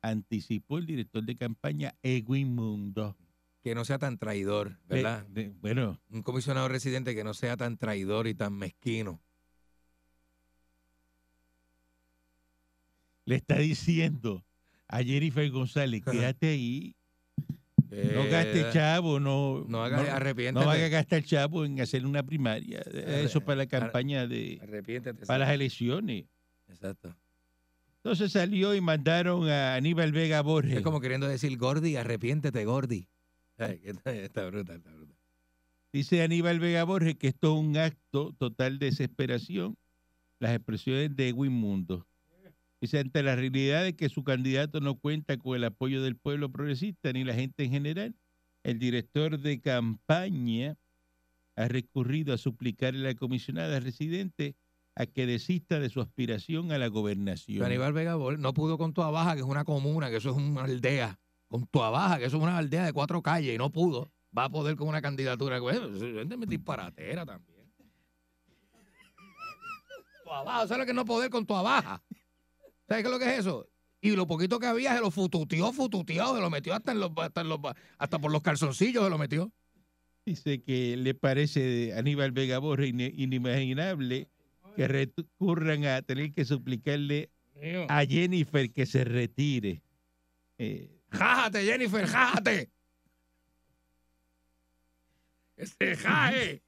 Speaker 3: anticipó el director de campaña Edwin Mundo.
Speaker 4: Que no sea tan traidor,
Speaker 3: De-
Speaker 4: ¿verdad?
Speaker 3: de- bueno,
Speaker 4: Un comisionado residente que no sea tan traidor y tan mezquino.
Speaker 3: le está diciendo a Jennifer
Speaker 4: [LAUGHS]
Speaker 3: González, quédate ahí, no
Speaker 4: Eh,
Speaker 3: gaste chavo, no,
Speaker 4: No haga,
Speaker 3: no
Speaker 4: arrepiéntete.
Speaker 3: vaya a gastar chavo en hacer una primaria. Eso para la
Speaker 4: Ar-
Speaker 3: campaña de,
Speaker 4: Arrepiéntete.
Speaker 3: para las
Speaker 4: sí.
Speaker 3: elecciones.
Speaker 4: Exacto.
Speaker 3: Entonces salió y mandaron a Aníbal Vega Borges.
Speaker 4: Es como queriendo decir, Gordy, arrepiéntete, Gordy. Ay, que Está, está brutal, está brutal.
Speaker 3: Dice Aníbal Vega Borges que esto es un acto total de desesperación, las expresiones de Edwin Mundo. Dice, ante la realidad de que su candidato no cuenta con el apoyo del pueblo progresista ni la gente en general, el director de campaña ha recurrido a suplicarle a la comisionada residente a que desista de su aspiración a la gobernación.
Speaker 4: Aníbal Vega Bol- no pudo con Tua Baja, que es una comuna, que eso es una aldea. Con Tua Baja, que eso es una aldea de cuatro calles, y no pudo. Va a poder con una candidatura. Bueno, eso es de mi disparatera también. Tua Baja, ¿sabes lo que es no poder con Tua Baja? ¿Sabes qué es lo que es eso? Y lo poquito que había se lo fututeó, fututeó, se lo metió hasta, en los, hasta, en los- hasta por los calzoncillos, se lo metió.
Speaker 3: Dice que le parece a Aníbal Vega Borges ine- inimaginable que recurran a tener que suplicarle a Jennifer que se retire. Eh,
Speaker 4: ¡Jájate, Jennifer, jájate! ¡Que se Este jaje!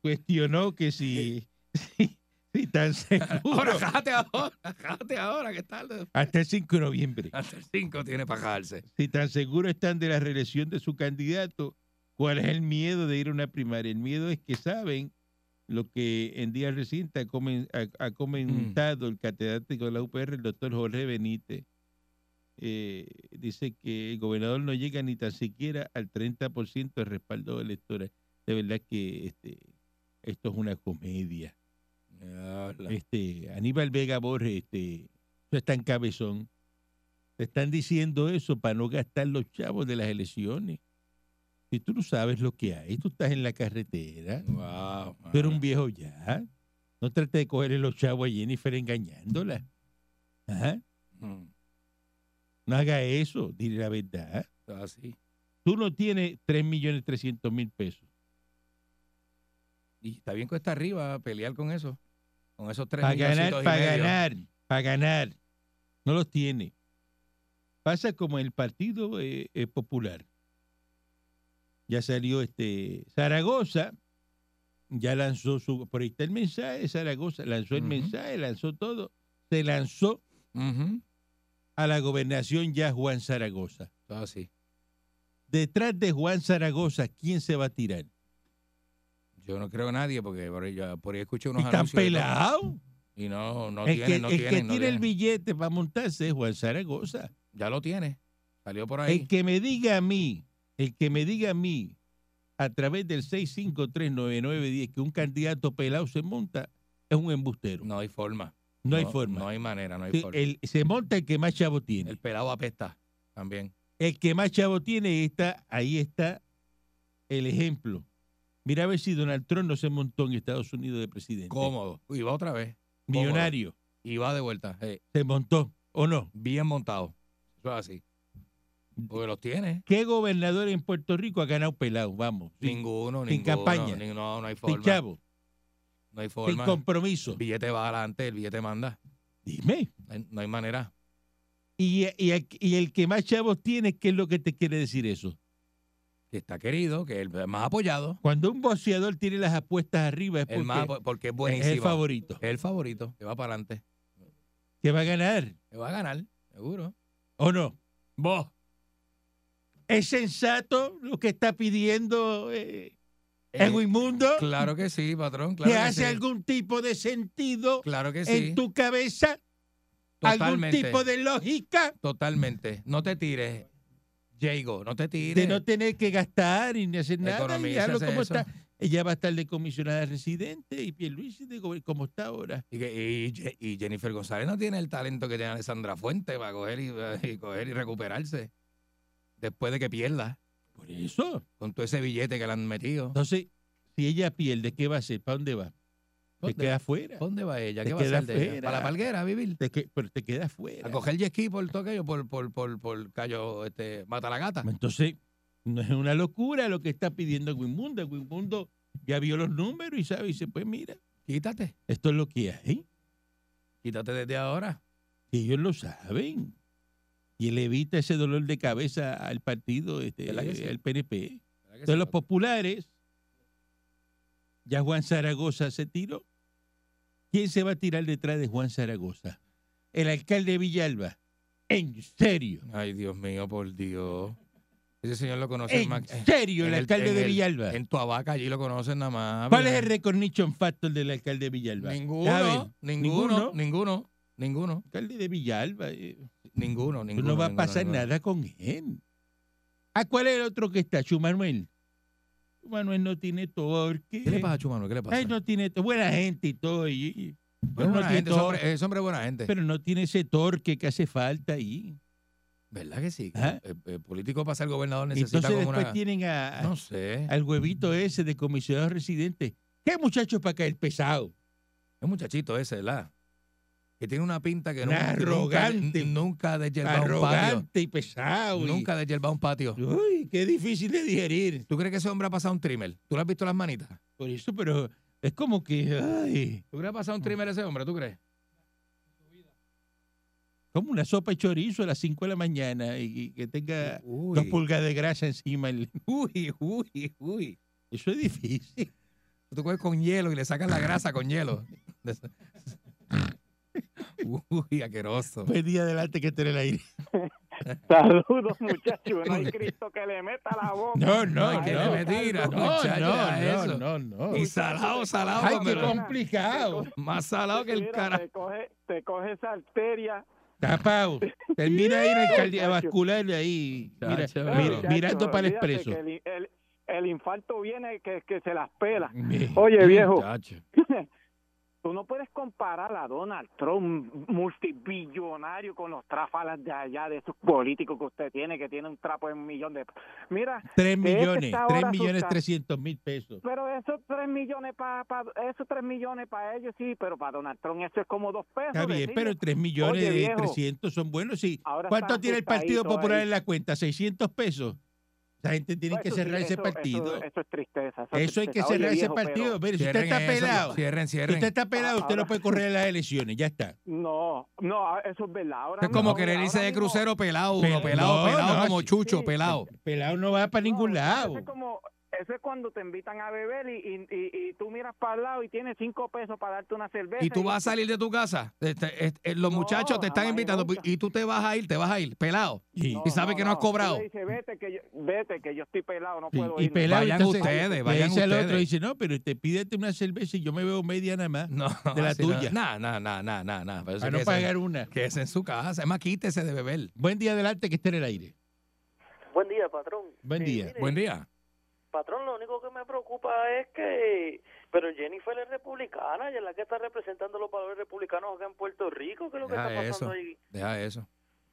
Speaker 3: cuestionó que si, [LAUGHS] si, si tan
Speaker 4: Ahora,
Speaker 3: seguro.
Speaker 4: jájate ahora, jájate ahora, que es tarde.
Speaker 3: Hasta el 5 de noviembre.
Speaker 4: Hasta el 5 tiene para jalarse.
Speaker 3: Si tan seguro están de la reelección de su candidato, ¿cuál es el miedo de ir a una primaria? El miedo es que saben lo que en días recientes ha, comen- ha- ha comentado el catedrático de la UPR, el doctor Jorge Benítez. Eh, dice que el gobernador no llega ni tan siquiera al 30% de respaldo electoral. De verdad que este, esto es una comedia. Este, Aníbal Vega Borges, este, eso está en cabezón. Te están diciendo eso para no gastar los chavos de las elecciones. Si tú no sabes lo que hay, tú estás en la carretera,
Speaker 4: Wow.
Speaker 3: tú eres un viejo ya. No trates de cogerle los chavos a Jennifer engañándola. Ajá,
Speaker 4: Mm,
Speaker 3: No haga eso, dile la verdad.
Speaker 4: está Así.
Speaker 3: Tú no tienes 3.300.000 pesos.
Speaker 4: Y está bien cuesta arriba pelear con eso. Con esos tres
Speaker 3: Para ganar,
Speaker 4: milloncitos y
Speaker 3: para
Speaker 4: medio.
Speaker 3: ganar, para ganar. No los tiene. Pasa como el Partido eh, eh, Popular. Ya salió este Zaragoza, ya lanzó su. Por ahí está el mensaje, Zaragoza lanzó el
Speaker 4: Ujú.
Speaker 3: mensaje, lanzó todo. Se lanzó
Speaker 4: Ujú,
Speaker 3: a la gobernación ya Juan Zaragoza.
Speaker 4: está así.
Speaker 3: Detrás de Juan Zaragoza, ¿quién se va a tirar?
Speaker 4: Yo no creo a nadie porque por ahí, yo- por ahí escuché
Speaker 3: Y
Speaker 4: unos
Speaker 3: están
Speaker 4: anuncios. de todo.
Speaker 3: pelados.
Speaker 4: Y no, no
Speaker 3: el
Speaker 4: tienen,
Speaker 3: que,
Speaker 4: no
Speaker 3: el que
Speaker 4: tienen. no
Speaker 3: tira el
Speaker 4: tienen.
Speaker 3: billete para montarse es Juan Zaragoza.
Speaker 4: Ya lo tiene. Salió por ahí.
Speaker 3: El que me diga a mí, el que me diga a mí, a través del 6539910, que un candidato pelado se monta, es un embustero. No,
Speaker 4: No hay forma.
Speaker 3: hay forma.
Speaker 4: No hay manera, no hay
Speaker 3: Sí,
Speaker 4: forma. El,
Speaker 3: el- se monta el que más chavo tiene. El,
Speaker 4: pelado apesta también.
Speaker 3: que más chavo tiene, está, ahí está el ejemplo. Mira a ver si Donald Trump no se montó en Estados Unidos de presidente.
Speaker 4: Cómodo. Y va otra vez.
Speaker 3: Millonario.
Speaker 4: Y va de vuelta. eh,
Speaker 3: Se montó, ¿o no?
Speaker 4: bien montado. Eso es así.
Speaker 3: Mm.
Speaker 4: Porque los tiene.
Speaker 3: ¿Qué gobernador en Puerto Rico ha ganado pelado? Vamos. Sin,
Speaker 4: Ninguno,
Speaker 3: sin
Speaker 4: ninguno.
Speaker 3: campaña.
Speaker 4: ni- no, no hay
Speaker 3: sin
Speaker 4: forma.
Speaker 3: chavo,
Speaker 4: No hay
Speaker 3: sin
Speaker 4: forma.
Speaker 3: compromiso.
Speaker 4: El billete va adelante, el billete manda.
Speaker 3: Dime.
Speaker 4: No hay, no hay manera.
Speaker 3: Y, y aquí- y el que más chavos tiene, ¿qué es lo que te quiere decir eso?
Speaker 4: Que está querido, que es el más apoyado.
Speaker 3: Cuando un boxeador tiene las apuestas arriba es porque
Speaker 4: El más, apo- porque es
Speaker 3: es
Speaker 4: buenísimo.
Speaker 3: el favorito.
Speaker 4: Es el favorito, que va para adelante.
Speaker 3: Que va a ganar,
Speaker 4: Que va a ganar, seguro.
Speaker 3: ¿o no?
Speaker 4: Vos.
Speaker 3: ¿Es sensato lo que está pidiendo eh, Edwin Mundo?
Speaker 4: Claro que sí, patrón. Claro
Speaker 3: ¿Te
Speaker 4: que
Speaker 3: hace
Speaker 4: sí.
Speaker 3: algún tipo de sentido
Speaker 4: Claro que sí.
Speaker 3: en tu cabeza? ¿Algún
Speaker 4: Totalmente.
Speaker 3: tipo de lógica?
Speaker 4: Totalmente. No te tires, Jago. No te tires.
Speaker 3: de no tener que gastar y ni hacer nada. Y
Speaker 4: Economía,
Speaker 3: déjalo
Speaker 4: se hace
Speaker 3: como
Speaker 4: eso.
Speaker 3: está. Ella va a estar de comisionada residente y Pierluisi de gober- como está ahora.
Speaker 4: Y, que- y Je- y Jennifer González no tiene el talento que tiene Alessandra Fuente para coger y, [LAUGHS] y coger y recuperarse después de que pierda
Speaker 3: Por eso.
Speaker 4: con todo ese billete que le han metido.
Speaker 3: Entonces, si ella pierde, ¿qué va a hacer? ¿Para dónde va? Te
Speaker 4: ¿Dónde?
Speaker 3: queda afuera.
Speaker 4: ¿Dónde va ella?
Speaker 3: Te
Speaker 4: ¿Qué va a
Speaker 3: queda
Speaker 4: hacer de ella?
Speaker 3: afuera.
Speaker 4: ¿Para la palguera a vivir?
Speaker 3: Te que- pero te queda
Speaker 4: ¿A
Speaker 3: afuera.
Speaker 4: coger jet ski por todo aquello? ¿Por, por, por, por Cayo este, Mata la Gata?
Speaker 3: Entonces, no es una locura lo que está pidiendo Wimundo. Wimundo ya vio los números y sabe, y dice, pues mira,
Speaker 4: Quítate.
Speaker 3: esto es lo que hay.
Speaker 4: Quítate desde ahora.
Speaker 3: Y ellos lo saben. Y le evita ese dolor de cabeza al partido, este,
Speaker 4: ¿Verdad que sí?
Speaker 3: al PNP.
Speaker 4: ¿Verdad que sí,
Speaker 3: Entonces los
Speaker 4: patrón?
Speaker 3: populares, ya Juan Zaragoza se tiró. ¿Quién se va a tirar detrás de Juan Zaragoza? El alcalde de Villalba. En serio.
Speaker 4: Ay, Dios mío, por Dios. Ese señor lo conoce
Speaker 3: En
Speaker 4: más.
Speaker 3: serio, el,
Speaker 4: eh, en
Speaker 3: alcalde
Speaker 4: en
Speaker 3: de
Speaker 4: el-
Speaker 3: Villalba.
Speaker 4: En Tuabaca, allí lo conocen nada más.
Speaker 3: ¿Cuál es
Speaker 4: ¿verdad?
Speaker 3: el recognition factor del alcalde de Villalba? A ver,
Speaker 4: Ninguno, ninguno,
Speaker 3: ninguno.
Speaker 4: ninguno, ninguno,
Speaker 3: alcalde de Villalba. eh,
Speaker 4: ninguno, ninguno.
Speaker 3: no va a
Speaker 4: ninguno,
Speaker 3: pasar
Speaker 4: ninguno.
Speaker 3: nada con él. ¿A cuál es el otro que está? Chumanuel. Chumanuel no tiene torque.
Speaker 4: ¿Qué le pasa a Chumano? ¿Qué le pasa?
Speaker 3: Ay, no tiene to- buena gente y todo. y- y-
Speaker 4: Pero
Speaker 3: no
Speaker 4: buena
Speaker 3: tiene
Speaker 4: gente,
Speaker 3: todo.
Speaker 4: ese hombre, ese hombre es buena gente.
Speaker 3: Pero no tiene ese torque que hace falta ahí.
Speaker 4: ¿Verdad que sí?
Speaker 3: Ajá.
Speaker 4: El, el político para ser gobernador
Speaker 3: Ah.
Speaker 4: necesita
Speaker 3: Entonces
Speaker 4: como
Speaker 3: después
Speaker 4: una...
Speaker 3: tienen a- a-
Speaker 4: No sé.
Speaker 3: al huevito ese de comisionado residente. ¿Qué muchacho para caer pesado?
Speaker 4: Es muchachito ese, ¿verdad? Que tiene una pinta que
Speaker 3: Un
Speaker 4: nunca,
Speaker 3: arrogante.
Speaker 4: nunca ha deshierbado un patio.
Speaker 3: Arrogante y pesado. y-
Speaker 4: Nunca ha deshierbado un patio.
Speaker 3: Uy, qué difícil de digerir.
Speaker 4: ¿Tú crees que ese hombre ha pasado un trimmer? ¿Tú le has visto las manitas?
Speaker 3: Por eso, pero es como que, ay,
Speaker 4: ¿Tú crees que ha
Speaker 3: Mm.
Speaker 4: pasado un trimmer ese hombre? ¿Tú crees?
Speaker 3: como una sopa de chorizo a las 5 de la mañana y, y que tenga dos
Speaker 4: Uy,
Speaker 3: pulgadas de grasa encima. el-
Speaker 4: [LAUGHS] uy, uy, uy.
Speaker 3: Eso es difícil.
Speaker 4: Tú coges con hielo y le sacas la grasa
Speaker 3: [LAUGHS]
Speaker 4: con hielo. Uy, asqueroso.
Speaker 3: Buen Pues, día adelante que esté el aire.
Speaker 6: Saludos, muchachos. No hay Cristo que le meta la boca.
Speaker 3: No, no,
Speaker 4: Ay, que
Speaker 3: no.
Speaker 4: le mentira,
Speaker 3: No,
Speaker 4: muchacho, era
Speaker 3: no,
Speaker 4: eso.
Speaker 3: no, no, no.
Speaker 4: Y salado, salado.
Speaker 3: Ay, qué
Speaker 4: pero
Speaker 6: con-
Speaker 3: complicado.
Speaker 4: Más salado que el
Speaker 6: Mira,
Speaker 4: carajo.
Speaker 6: Te coge, te coge esa arteria.
Speaker 3: Tapado. Termina ahí en la alcaldía
Speaker 6: Chacho.
Speaker 3: vascular de ahí. mira,
Speaker 4: Chacho,
Speaker 3: mi-
Speaker 4: Mira,
Speaker 6: Muchacho,
Speaker 3: mirando para el
Speaker 6: olvídate
Speaker 3: expreso.
Speaker 6: que El, el- el infarto viene que, que se las pela.
Speaker 3: Mi-
Speaker 6: Oye, viejo,
Speaker 4: Muchacho.
Speaker 6: [LAUGHS] tú no puedes comparar a Donald Trump, multibillonario, con los tráfalas de allá, de esos políticos que usted tiene, que tiene un trapo de un millón de... Mira,
Speaker 3: Tres
Speaker 6: que este
Speaker 3: millones,
Speaker 6: está
Speaker 3: tres
Speaker 6: ahora
Speaker 3: millones
Speaker 6: asustado.
Speaker 3: trescientos mil pesos.
Speaker 6: Pero esos tres millones para esos tres millones para ellos sí, pero para Donald Trump eso es como dos pesos.
Speaker 3: Está bien,
Speaker 6: decirle.
Speaker 3: pero tres millones
Speaker 6: Oye,
Speaker 3: de
Speaker 6: viejo.
Speaker 3: trescientos son buenos. Sí.
Speaker 6: Ahora
Speaker 3: ¿Cuánto
Speaker 6: está
Speaker 3: tiene el Partido
Speaker 6: ajustadito
Speaker 3: Popular
Speaker 6: ahí.
Speaker 3: en la cuenta? ¿600 pesos? La gente tiene
Speaker 6: No,
Speaker 3: que
Speaker 6: eso sí,
Speaker 3: cerrar ese
Speaker 6: eso-
Speaker 3: partido.
Speaker 6: Eso,
Speaker 3: Eso,
Speaker 6: eso es tristeza. Eso,
Speaker 3: hay que
Speaker 6: cerrar
Speaker 3: cerrar ese partido. Mire, si usted
Speaker 4: Cierren
Speaker 3: está
Speaker 4: eso,
Speaker 3: pelado, si
Speaker 4: Cierren,
Speaker 3: usted
Speaker 4: cierren.
Speaker 3: está pelado, usted
Speaker 6: Ahora-
Speaker 3: no puede correr a las elecciones. Ya está.
Speaker 6: No, no, eso es verdad. Ahora
Speaker 4: Es como
Speaker 6: mismo-
Speaker 4: querer irse
Speaker 6: ahora
Speaker 4: de
Speaker 6: mismo-
Speaker 4: crucero pelado,
Speaker 3: Pero-
Speaker 4: uno pelado,
Speaker 3: no,
Speaker 4: pelado,
Speaker 3: no,
Speaker 4: como
Speaker 3: sí.
Speaker 4: chucho, pelado.
Speaker 3: Pelado no va para
Speaker 6: No,
Speaker 3: ningún
Speaker 6: eso-
Speaker 3: lado.
Speaker 6: Eso es, como, eso es cuando te invitan a beber y, y, y- y tú miras para el lado y tienes cinco pesos para darte una cerveza.
Speaker 4: Y tú vas a salir de tu casa. Este, este, los
Speaker 6: No,
Speaker 4: muchachos te están
Speaker 6: jamás y
Speaker 4: invitando
Speaker 6: nunca.
Speaker 4: y tú te vas a ir, te vas a ir, pelado.
Speaker 3: Y-
Speaker 4: y sabe que no has cobrado.
Speaker 6: Tú le dices, vete que, yo, vete que yo estoy pelado, no
Speaker 3: Sí,
Speaker 6: puedo
Speaker 3: y
Speaker 6: ir.
Speaker 3: pelado,
Speaker 4: Vayan
Speaker 3: entonces,
Speaker 4: ustedes,
Speaker 3: le
Speaker 4: vayan
Speaker 3: dice al otro,
Speaker 4: ustedes.
Speaker 3: dice, no, pero te pídete una cerveza y yo me veo media nada más
Speaker 4: No,
Speaker 3: De la
Speaker 4: así no.
Speaker 3: tuya. pues,
Speaker 4: Nah, nah, nah, nah, nah, nah. Pero eso
Speaker 3: para no
Speaker 4: que es en-
Speaker 3: pagar una.
Speaker 4: Que es en su casa. Es más, quítese de beber.
Speaker 3: Buen día adelante que esté en el aire.
Speaker 7: Buen día, patrón.
Speaker 3: Buen
Speaker 7: Sí,
Speaker 3: día.
Speaker 7: mire,
Speaker 4: Buen día.
Speaker 7: Patrón, lo único que me preocupa es que... Pero Jennifer es republicana y es la que está representando los valores republicanos acá en Puerto Rico. ¿Qué es lo que
Speaker 4: Ah,
Speaker 7: está pasando
Speaker 4: eso.
Speaker 7: ahí?
Speaker 4: Deja eso.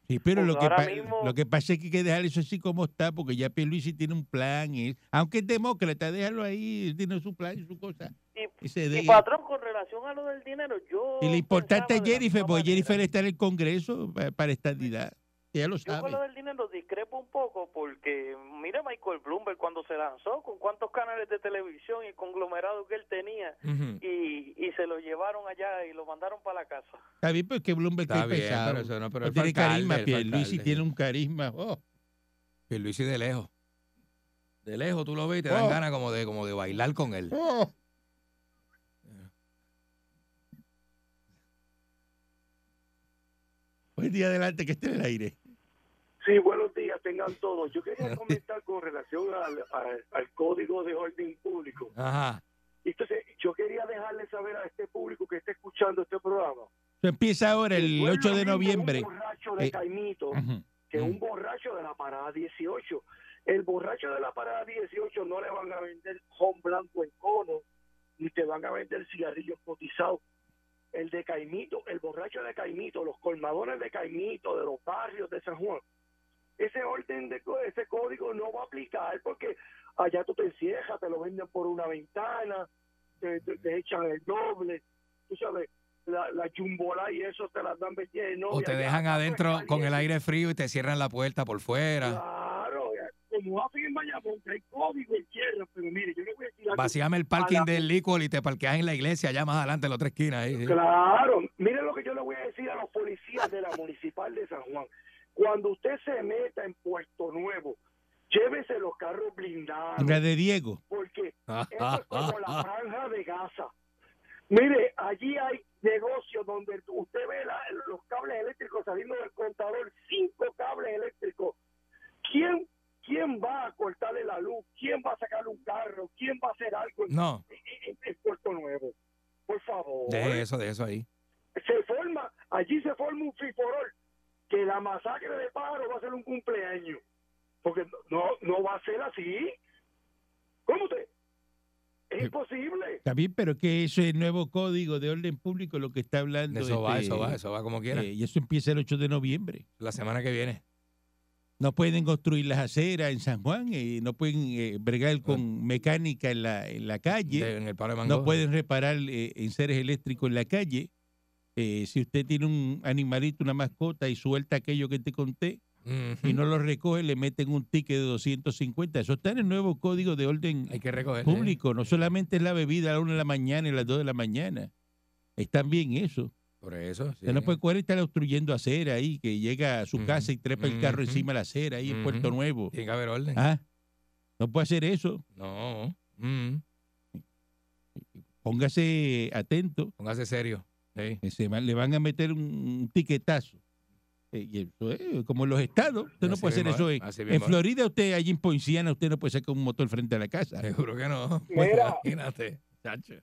Speaker 3: Sí, pero
Speaker 7: Pues
Speaker 3: lo que,
Speaker 7: ahora
Speaker 3: pa-
Speaker 7: mismo-
Speaker 3: lo que pasa es que hay que dejar eso así como está, porque ya Pierluisi tiene un plan. eh, aunque es demócrata, déjalo ahí, él tiene su plan y su cosa.
Speaker 7: Y,
Speaker 3: Y, se
Speaker 7: y,
Speaker 3: deja.
Speaker 7: patrón, con relación a lo del dinero, yo...
Speaker 3: Y lo importante es
Speaker 7: pensaba de la
Speaker 3: Jennifer,
Speaker 7: misma
Speaker 3: porque
Speaker 7: manera.
Speaker 3: Jennifer está en el Congreso pa- para, estadidad. ella lo
Speaker 7: Yo con
Speaker 3: sabe.
Speaker 7: lo del dinero discrepo un poco porque mira Michael Bloomberg cuando se lanzó, con cuántos canales de televisión y conglomerado que él tenía
Speaker 4: Ujú.
Speaker 7: y, y se lo llevaron allá y lo mandaron para la casa.
Speaker 3: Está bien, pero es que Bloomberg
Speaker 4: Está
Speaker 3: está
Speaker 4: bien,
Speaker 3: pesado.
Speaker 4: pero eso no, pero
Speaker 3: No
Speaker 4: él fue
Speaker 3: tiene
Speaker 4: alcalde,
Speaker 3: carisma,
Speaker 4: él fue
Speaker 3: Pierluisi
Speaker 4: alcalde.
Speaker 3: tiene un carisma. oh.
Speaker 4: Pierluisi de lejos. De lejos tú lo ves y te dan
Speaker 3: Oh.
Speaker 4: ganas como de, como de bailar con él.
Speaker 3: Oh. Buen día adelante, que esté en el aire.
Speaker 8: Sí, buenos días, tengan todos. Yo quería comentar con relación al, al- al código de orden público.
Speaker 4: Ajá.
Speaker 8: Entonces, yo quería dejarle saber a este público que está escuchando este programa.
Speaker 3: Eso empieza ahora el
Speaker 8: No es
Speaker 3: 8
Speaker 8: lo
Speaker 3: de
Speaker 8: mismo
Speaker 3: noviembre.
Speaker 8: Un borracho de
Speaker 3: Eh,
Speaker 8: Caimito
Speaker 3: Ujú.
Speaker 8: que
Speaker 4: Mm.
Speaker 3: ujú.
Speaker 8: un borracho de la parada 18. El borracho de la parada 18 no le van a vender home blanco en cono, ni te van a vender cigarrillos cotizados. El de Caimito, el borracho de Caimito, los colmadores de Caimito, de los barrios de San Juan. Ese orden de co- ese código no va a aplicar porque allá tú te encierras, te lo venden por una ventana, te, te- te echan el doble, tú sabes, la, la chumbola y eso te las dan vestidas de
Speaker 4: O
Speaker 8: novia.
Speaker 4: te
Speaker 8: Allá
Speaker 4: dejan
Speaker 8: acá tú
Speaker 4: adentro
Speaker 8: estás
Speaker 4: con el
Speaker 8: caliente.
Speaker 4: aire frío y te cierran la puerta por fuera.
Speaker 8: pues, Claro, como hacen en Bayamón, que hay código en tierra, pero mire, yo le voy a decir algo.
Speaker 4: Vacíame el parking del Liquor y te parqueas en la iglesia allá más adelante en la otra esquina. ahí, sí.
Speaker 8: Claro, mire lo que yo le voy a decir a los policías de la municipal de San Juan. Cuando usted se meta en Puerto Nuevo, llévese los carros blindados,
Speaker 3: Una de Diego.
Speaker 8: porque
Speaker 4: Ah.
Speaker 8: Eso es como la franja de Gaza. Mire, allí hay negocios donde usted ve la- los cables eléctricos saliendo del contador, cinco cables eléctricos. ¿Quién, ¿Quién va a cortarle la luz? ¿Quién va a sacarle un carro? ¿Quién va a hacer algo en,
Speaker 4: No,
Speaker 8: en- en Puerto Nuevo? Por favor.
Speaker 4: de eso, de eso ahí.
Speaker 8: Se forma, allí se forma un fiforol que la masacre de pájaros va a ser un cumpleaños. Porque no, no va a ser así. ¿Cómo te? Es imposible.
Speaker 3: Está bien, pero que eso es el nuevo código de orden público lo que está hablando.
Speaker 4: De eso va,
Speaker 3: este,
Speaker 4: eso va, eso va como quiera.
Speaker 3: eh, y eso empieza el 8 de noviembre.
Speaker 4: La semana que viene.
Speaker 3: No pueden construir las aceras en San Juan, eh, no pueden eh, bregar con mecánica en la, en la calle.
Speaker 4: de- en el palo de mango.
Speaker 3: no pueden reparar eh, enseres eléctricos en la calle. Eh, si usted tiene un animalito, una mascota y suelta aquello que te conté
Speaker 4: Ujú.
Speaker 3: y no lo recoge, le meten un ticket de 250. Eso está en el nuevo código de orden
Speaker 4: Hay que recoger. ¿eh?
Speaker 3: público. No solamente es la bebida a la 1 de la mañana y a las 2 de la mañana. Está bien eso.
Speaker 4: Por eso. sí.
Speaker 3: Usted no puede coger y estar obstruyendo acera ahí, que llega a su
Speaker 4: Ujú.
Speaker 3: casa y trepa el carro
Speaker 4: Ujú.
Speaker 3: encima de la acera ahí en Puerto
Speaker 4: Ujú.
Speaker 3: Nuevo.
Speaker 4: Tiene que haber orden.
Speaker 3: Ah, No puede hacer eso.
Speaker 4: No. Mm.
Speaker 3: Póngase atento.
Speaker 4: Póngase serio. Sí.
Speaker 3: que se van- le van a meter un, un tiquetazo. Eh, y eso es, como en los estados, usted no
Speaker 4: Así
Speaker 3: puede hacer
Speaker 4: mismo
Speaker 3: eso.
Speaker 4: es,
Speaker 3: En,
Speaker 4: así
Speaker 3: en
Speaker 4: mismo es.
Speaker 3: Florida, usted allí en Poinciana, usted no puede sacar un motor frente a la casa.
Speaker 4: Seguro que no. [LAUGHS] Pues
Speaker 8: Mira.
Speaker 4: Imagínate, chacho.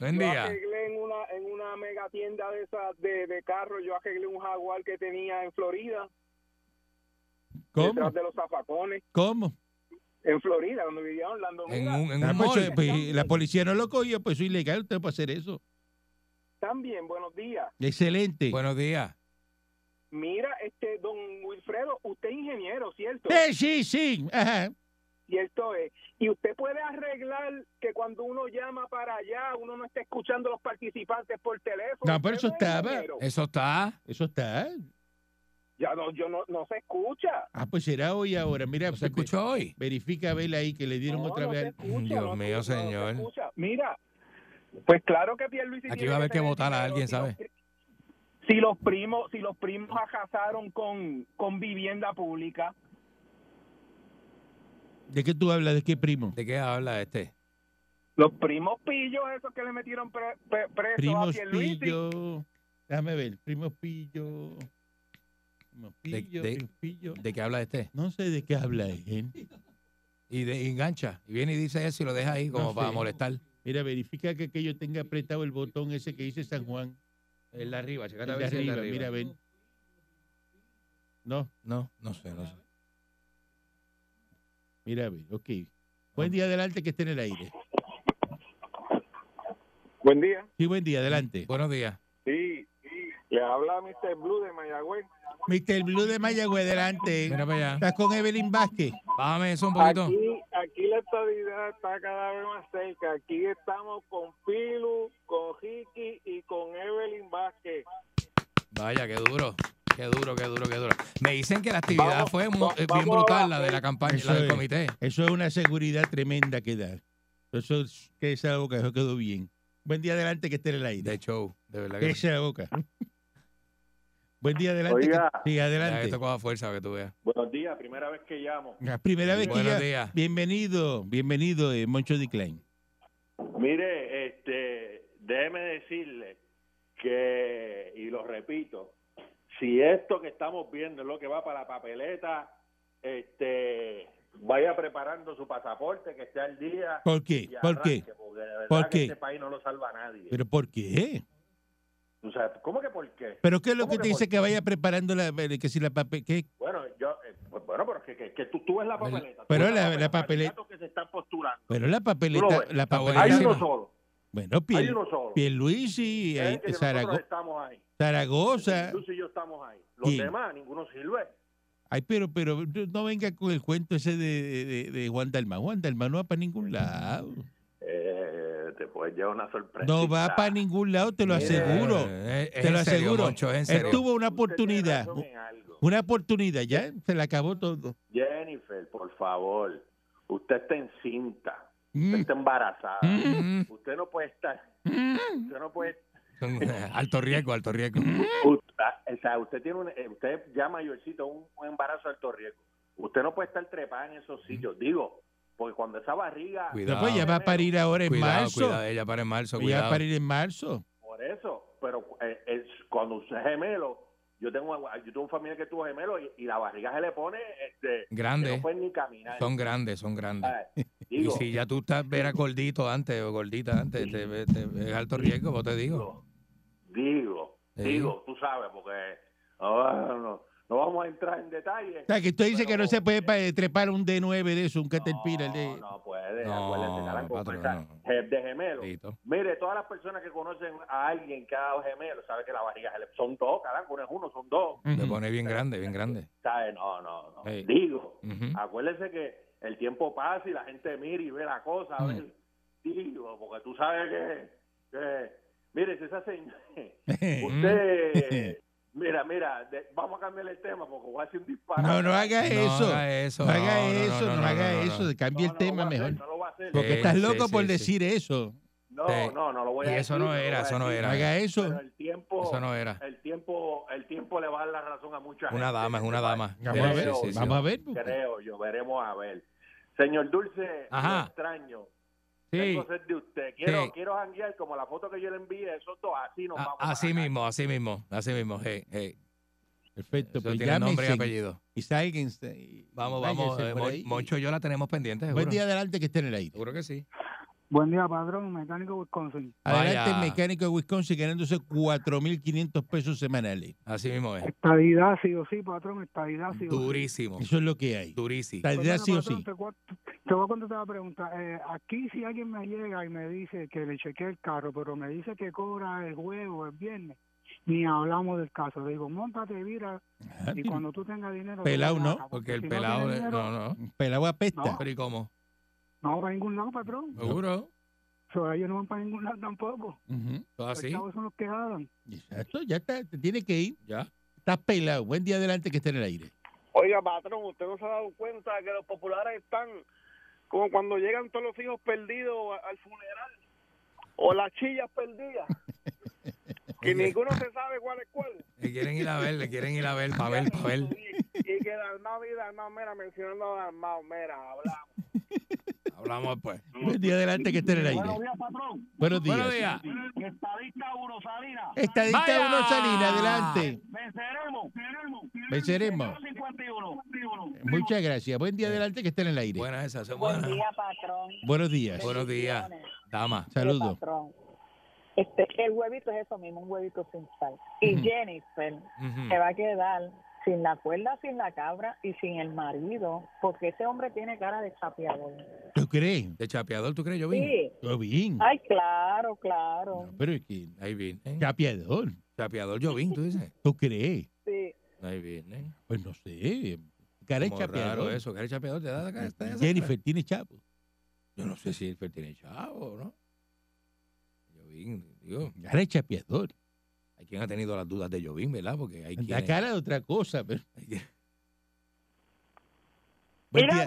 Speaker 4: Buen
Speaker 8: Yo
Speaker 4: día.
Speaker 8: arreglé en una, en una mega tienda de esas de, de carros, yo arreglé un jaguar que tenía en Florida,
Speaker 3: ¿Cómo?
Speaker 8: detrás de los zafacones,
Speaker 3: ¿Cómo?
Speaker 8: en Florida, donde vivía Orlando.
Speaker 4: En
Speaker 8: Mira,
Speaker 4: un, en
Speaker 3: Ah,
Speaker 4: un
Speaker 3: pues,
Speaker 4: mall.
Speaker 3: eh, pues, la policía no lo cogió, pues eso es ilegal, usted no puede hacer eso.
Speaker 8: También, buenos días.
Speaker 3: Excelente.
Speaker 4: Buenos días.
Speaker 8: Mira, este don Wilfredo, usted es ingeniero, ¿cierto?
Speaker 3: Eh, sí, sí. Ajá.
Speaker 8: Cierto es. Y usted puede arreglar que cuando uno llama para allá, uno no está escuchando a los participantes por teléfono.
Speaker 3: No, pero eso
Speaker 8: Usted es
Speaker 3: estaba.
Speaker 8: ingeniero.
Speaker 4: Eso está.
Speaker 3: Eso está.
Speaker 8: Ya no, yo no, no se escucha.
Speaker 3: Ah, pues será hoy ahora. Mira, pues,
Speaker 4: ¿No se
Speaker 3: ve-
Speaker 4: escuchó hoy?
Speaker 3: verifica a Vela ahí que le dieron
Speaker 8: No,
Speaker 3: otra
Speaker 8: no
Speaker 3: vez.
Speaker 8: se
Speaker 3: al-
Speaker 8: escucha,
Speaker 4: Dios
Speaker 8: no se-
Speaker 4: mío,
Speaker 8: no se
Speaker 4: señor.
Speaker 8: escucha. Mira, pues claro que Pierluisi
Speaker 4: Aquí
Speaker 8: tiene
Speaker 4: va a haber que
Speaker 8: tener
Speaker 4: votar a
Speaker 8: dinero
Speaker 4: alguien,
Speaker 8: si los
Speaker 4: ¿sabe?
Speaker 8: pri- Si los primos, si los primos acasaron con, con vivienda pública,
Speaker 3: ¿De qué tú hablas? ¿De qué primo?
Speaker 4: ¿De qué habla este?
Speaker 8: los primos pillos esos que le metieron pre- pre- preso a
Speaker 3: Primos
Speaker 8: Pierluisi.
Speaker 3: Pillo. Déjame ver. Primos Pillo. Primos
Speaker 4: De-
Speaker 3: Pillo.
Speaker 4: de-
Speaker 3: primos Pillo.
Speaker 4: ¿De qué habla este?
Speaker 3: No sé de qué habla ¿eh? él.
Speaker 4: Y, de, y engancha. Y viene y dice eso y lo deja ahí como
Speaker 3: No sé.
Speaker 4: para molestar.
Speaker 3: Mira, verifica que aquello tenga apretado el botón ese que dice San Juan.
Speaker 4: El de arriba,
Speaker 3: el de arriba, mira, ven. No,
Speaker 4: No, no sé, no sé.
Speaker 3: mira, ven. Ok. Buen día, adelante, que esté en el aire.
Speaker 8: Buen día.
Speaker 3: Sí, buen día, adelante.
Speaker 4: Buenos días.
Speaker 8: Sí, le habla Mr. Blue de Mayagüez.
Speaker 3: Mr. Blue de Mayagüez, adelante.
Speaker 4: Mira para allá.
Speaker 3: Estás con Evelyn Vázquez.
Speaker 4: Bájame eso un poquito.
Speaker 8: Aquí, aquí la estabilidad está cada vez más cerca. Aquí estamos con Pilu, con Ricky y con Evelyn Vázquez.
Speaker 4: Vaya, qué duro. Qué duro, qué duro, qué duro. Me dicen que la actividad
Speaker 9: Vamos,
Speaker 4: fue mu-
Speaker 9: va-
Speaker 4: eh, bien
Speaker 9: vamos a
Speaker 4: brutal,
Speaker 9: la-
Speaker 4: la de la campaña,
Speaker 3: Eso
Speaker 4: la del
Speaker 3: es.
Speaker 4: comité.
Speaker 3: Eso es una seguridad tremenda que da. Eso es, que esa boca eso quedó bien. Buen día adelante que esté en el aire.
Speaker 4: De show, de verdad que
Speaker 3: Esa boca. [LAUGHS] Buen día adelante. que-
Speaker 8: Oiga.
Speaker 3: sí,
Speaker 4: Ya,
Speaker 3: adelante.
Speaker 4: esto coja fuerza que tú veas.
Speaker 8: Buenos días, primera vez que llamo.
Speaker 3: La primera vez que
Speaker 4: Buenos
Speaker 3: ya.
Speaker 4: días.
Speaker 3: Bienvenido, bienvenido, eh, Moncho D. Klein.
Speaker 8: Mire, este, déjeme decirle que, y lo repito, si esto que estamos viendo es lo que va para la papeleta, este, vaya preparando su pasaporte, que esté al día.
Speaker 3: ¿Por qué?
Speaker 8: y
Speaker 3: ¿Por qué?
Speaker 8: arranque, Porque de verdad
Speaker 3: ¿Por
Speaker 8: que
Speaker 3: qué?
Speaker 8: este país no lo salva a nadie.
Speaker 3: ¿Pero por qué?
Speaker 8: Tú sabes, ¿Cómo que por qué?
Speaker 3: ¿Pero qué es lo
Speaker 8: ¿Cómo
Speaker 3: que
Speaker 8: que
Speaker 3: te
Speaker 8: por
Speaker 3: dice
Speaker 8: qué?
Speaker 3: que vaya preparando la, eh, que si la papel, que
Speaker 8: Bueno, yo, eh, pues, bueno, pero que, que, que tú, tú ves la
Speaker 4: Pero-
Speaker 8: papeleta. tú
Speaker 3: pero
Speaker 8: ves
Speaker 3: la- la
Speaker 8: Los
Speaker 3: papeleta-
Speaker 8: candidatos que se están postulando.
Speaker 3: pero la
Speaker 8: Tú
Speaker 3: papeleta,
Speaker 8: lo ves.
Speaker 3: la
Speaker 4: Está
Speaker 3: papeleta.
Speaker 8: Hay
Speaker 4: buenísimo.
Speaker 8: uno solo.
Speaker 3: Bueno,
Speaker 8: Hay
Speaker 3: Piel,
Speaker 8: uno solo.
Speaker 3: Pierluisi,
Speaker 8: Es
Speaker 3: eh,
Speaker 8: que nosotros
Speaker 3: Zarago-
Speaker 8: estamos ahí.
Speaker 3: Zaragoza.
Speaker 8: Lucy y yo estamos ahí. Los
Speaker 3: ¿Quién?
Speaker 8: demás, ninguno sirve.
Speaker 3: Ay, pero, pero no venga con el cuento ese de, de- de- de Juan Dalma. Juan Dalma no va para ningún lado.
Speaker 8: Eh, te puedes llevar una sorpresa.
Speaker 3: No va para ningún lado, te lo aseguro.
Speaker 4: Eh, es
Speaker 3: Te lo
Speaker 4: en serio,
Speaker 3: aseguro.
Speaker 4: Moncho, es en
Speaker 3: Él
Speaker 4: serio.
Speaker 3: tuvo una oportunidad. Una oportunidad, ya se le acabó todo.
Speaker 8: Jennifer, por favor, usted está encinta. Usted
Speaker 3: Mm,
Speaker 8: está embarazada.
Speaker 4: Mm,
Speaker 8: Usted no puede estar.
Speaker 3: Mm.
Speaker 8: Usted no puede.
Speaker 4: [LAUGHS] alto riesgo, alto riesgo.
Speaker 8: Usted, ah, o sea, usted tiene un, eh, usted ya mayorcito, un, un embarazo de alto riesgo. Usted no puede estar trepada en esos sitios. Digo, porque cuando esa barriga.
Speaker 3: pero
Speaker 4: Cuidado,
Speaker 3: pues ya va a parir ahora en
Speaker 4: cuidado,
Speaker 3: marzo.
Speaker 4: cuidado, ella para en
Speaker 3: Ya va
Speaker 4: marzo,
Speaker 3: a
Speaker 4: cuidado.
Speaker 3: parir en marzo.
Speaker 8: Por eso, pero eh, es, cuando usted es gemelo, yo tengo, ah, yo tengo un familiar que tuvo gemelo y, y la barriga se le pone, este, que
Speaker 4: Grandes,
Speaker 8: no puede ni caminar.
Speaker 4: son grandes, son grandes.
Speaker 8: ¿sabes?
Speaker 4: Y
Speaker 3: [LAUGHS]
Speaker 8: Digo,
Speaker 4: si ya tú estás, era gordito antes o gordita antes, te- te- es alto riesgo, vos te digo.
Speaker 8: digo, digo,
Speaker 4: Sí.
Speaker 8: digo, tú sabes, porque ah, no, no vamos a entrar en detalle.
Speaker 3: O sea, que usted dice que no
Speaker 8: Pero-
Speaker 3: se puede pa- eh, trepar un D9 de eso, un caterpillar.
Speaker 8: No,
Speaker 3: de...
Speaker 8: no puede,
Speaker 4: No,
Speaker 8: acuérdate, Caranco,
Speaker 4: patrón,
Speaker 8: esa-
Speaker 4: no.
Speaker 8: je- de gemelo.
Speaker 4: Gordito.
Speaker 8: Mire, todas las personas que conocen a alguien que ha dado gemelo, sabe que la barriga se le- son dos, Caranco, no es uno, son dos.
Speaker 4: Te
Speaker 3: Ujú.
Speaker 4: pone bien grande, bien grande.
Speaker 8: ¿Sabes? No, no, no.
Speaker 4: Sí.
Speaker 8: Digo,
Speaker 4: Ujú.
Speaker 8: acuérdese que el tiempo pasa y la gente mira y ve la cosa,
Speaker 3: Mm.
Speaker 8: a ver, digo, porque tú sabes que, que- mire, si esa
Speaker 3: [LAUGHS]
Speaker 8: señora, usted, mira, mira, de- vamos a cambiar el tema porque voy a hacer un disparo.
Speaker 3: No, no haga eso.
Speaker 4: No
Speaker 3: No
Speaker 4: haga eso.
Speaker 3: haga
Speaker 4: no, no,
Speaker 3: eso,
Speaker 4: no,
Speaker 3: no
Speaker 4: no,
Speaker 3: haga
Speaker 4: no, no,
Speaker 3: eso.
Speaker 4: no.
Speaker 3: Cambie el tema
Speaker 8: No
Speaker 3: mejor.
Speaker 8: lo voy a hacer.
Speaker 3: Porque
Speaker 4: Sí,
Speaker 3: estás loco
Speaker 4: sí,
Speaker 3: por
Speaker 4: sí, sí.
Speaker 3: decir eso.
Speaker 8: No,
Speaker 4: Sí.
Speaker 8: no, no lo voy
Speaker 4: Y
Speaker 8: a
Speaker 4: eso
Speaker 8: decir,
Speaker 4: no
Speaker 8: lo voy
Speaker 4: era,
Speaker 8: a
Speaker 4: eso no
Speaker 8: decir,
Speaker 3: No
Speaker 4: era.
Speaker 3: haga eso.
Speaker 8: Pero el tiempo,
Speaker 4: Eso no era.
Speaker 8: el tiempo, el tiempo le va a dar la razón a mucha gente.
Speaker 4: Una dama, es una dama.
Speaker 3: Vamos a ver.
Speaker 8: Sí, sí, sí.
Speaker 3: Vamos a ver.
Speaker 8: Creo yo, veremos a ver. Señor Dulce,
Speaker 4: Ajá.
Speaker 8: lo extraño.
Speaker 4: Sí.
Speaker 8: Tengo sed de usted. Quiero,
Speaker 4: Sí.
Speaker 8: quiero janguear como la foto que yo le envié, esos dos, así nos
Speaker 4: A-
Speaker 8: vamos.
Speaker 4: Así
Speaker 8: para la
Speaker 4: mismo, así mismo, así mismo. Hey, hey.
Speaker 3: Perfecto.
Speaker 4: Eso
Speaker 3: Pues
Speaker 4: tiene nombre y
Speaker 3: llámense
Speaker 4: apellido.
Speaker 3: y sálguense. y
Speaker 4: Vamos, vamos.
Speaker 3: váyanse
Speaker 4: eh,
Speaker 3: por
Speaker 4: Mon-
Speaker 3: ahí.
Speaker 4: Moncho y yo la tenemos pendiente. Seguro.
Speaker 3: Buen día adelante que esté en el aire.
Speaker 4: Seguro que sí.
Speaker 6: Buen día, padrón, mecánico pues, Wisconsin.
Speaker 3: Adelante
Speaker 4: Vaya.
Speaker 3: el mecánico de Wisconsin ganándose 4.500 pesos semanales.
Speaker 4: Así mismo es.
Speaker 6: Estadidad sí o sí, patrón, estadidad sí o sí.
Speaker 4: Durísimo,
Speaker 3: Eso es lo que hay.
Speaker 4: durísimo.
Speaker 3: La idea
Speaker 6: Perdona,
Speaker 3: sí o
Speaker 6: patrón,
Speaker 3: sí.
Speaker 6: Te, voy a- te voy a contestar la pregunta. Eh, aquí si alguien me llega y me dice que le chequeé el carro, pero me dice que cobra el jueves, el viernes, ni hablamos del caso. Le digo, montate, vira,
Speaker 3: Ajá,
Speaker 6: y cuando tú tengas dinero... te
Speaker 3: Pelao,
Speaker 6: vas
Speaker 3: Ah, ¿no?
Speaker 6: acá,
Speaker 4: Porque el
Speaker 6: si
Speaker 4: pelado.
Speaker 6: No,
Speaker 4: eh,
Speaker 6: tienes dinero,
Speaker 4: No, no.
Speaker 3: Pelado apesta.
Speaker 6: No.
Speaker 4: Pero ¿y cómo?
Speaker 6: no va a ningún lado, patrón.
Speaker 4: Seguro.
Speaker 6: So, ellos no van para ningún lado tampoco.
Speaker 3: Ujú.
Speaker 4: Todo
Speaker 6: Los
Speaker 4: así.
Speaker 6: chavos son los que jalan.
Speaker 3: Exacto, ya está. Te tiene que ir.
Speaker 4: Ya.
Speaker 3: Estás pelado. Buen día adelante que esté en el aire.
Speaker 9: Oiga, patrón, usted no se ha dado cuenta que los populares están como cuando llegan todos los hijos perdidos a- al funeral o las chillas perdidas,
Speaker 3: [LAUGHS]
Speaker 9: que ninguno se sabe cuál es cuál.
Speaker 4: Le quieren ir a ver, le quieren ir a ver, para ver, para ver.
Speaker 9: Y, y que Dalmau y Dalmau, mira, mencionando a Dalmau, mira, hablamos.
Speaker 4: Hablamos después.
Speaker 3: Buen día adelante que esté en el aire.
Speaker 9: días, patrón.
Speaker 3: Buenos días.
Speaker 4: Buenos días.
Speaker 9: Estadista Uno Salinas.
Speaker 3: Estadista
Speaker 4: Vaya.
Speaker 3: Bruno Salinas, adelante.
Speaker 9: Venceremos,
Speaker 3: Venceremos.
Speaker 9: 51.
Speaker 3: Muchas gracias. Buen día adelante que esté en el aire.
Speaker 4: Buenas esas, son
Speaker 5: Buen
Speaker 4: buenas.
Speaker 5: día, patrón.
Speaker 3: Buenos días.
Speaker 4: Buenos días, dama.
Speaker 3: Saludos.
Speaker 5: Patrón. Este, el huevito es eso mismo, un huevito sin sal. Y
Speaker 4: Ujú.
Speaker 5: Jennifer
Speaker 4: Ujú.
Speaker 5: se va a quedar sin la cuerda, sin la cabra y sin el marido, porque ese hombre tiene cara de sapeador.
Speaker 3: ¿Tú crees?
Speaker 4: De chapeador, ¿tú crees? Yo vi.
Speaker 5: Sí.
Speaker 3: Yo bien.
Speaker 5: Ay, claro, claro.
Speaker 3: No, pero es que.
Speaker 4: Ahí viene.
Speaker 3: Chapeador.
Speaker 4: Chapeador Jovín, tú dices.
Speaker 3: ¿Tú crees?
Speaker 5: Sí.
Speaker 4: Ahí viene.
Speaker 3: Pues no sé. Cara de
Speaker 4: Como raro
Speaker 3: chapeador.
Speaker 4: eso, que eres chapeador, te da la cara. está esa cara.
Speaker 3: Jennifer tiene chapo.
Speaker 4: Yo no sé si él tiene chavo, ¿no? Jovín, digo,
Speaker 3: Cara de chapeador.
Speaker 4: hay ¿Quién ha tenido las dudas de Jovín, verdad? Porque hay
Speaker 3: La
Speaker 4: quienes-
Speaker 3: cara de otra cosa,
Speaker 4: [LAUGHS]
Speaker 3: pero.
Speaker 4: hay quienes-
Speaker 3: Buen día. [LAUGHS]
Speaker 6: ¡Mira,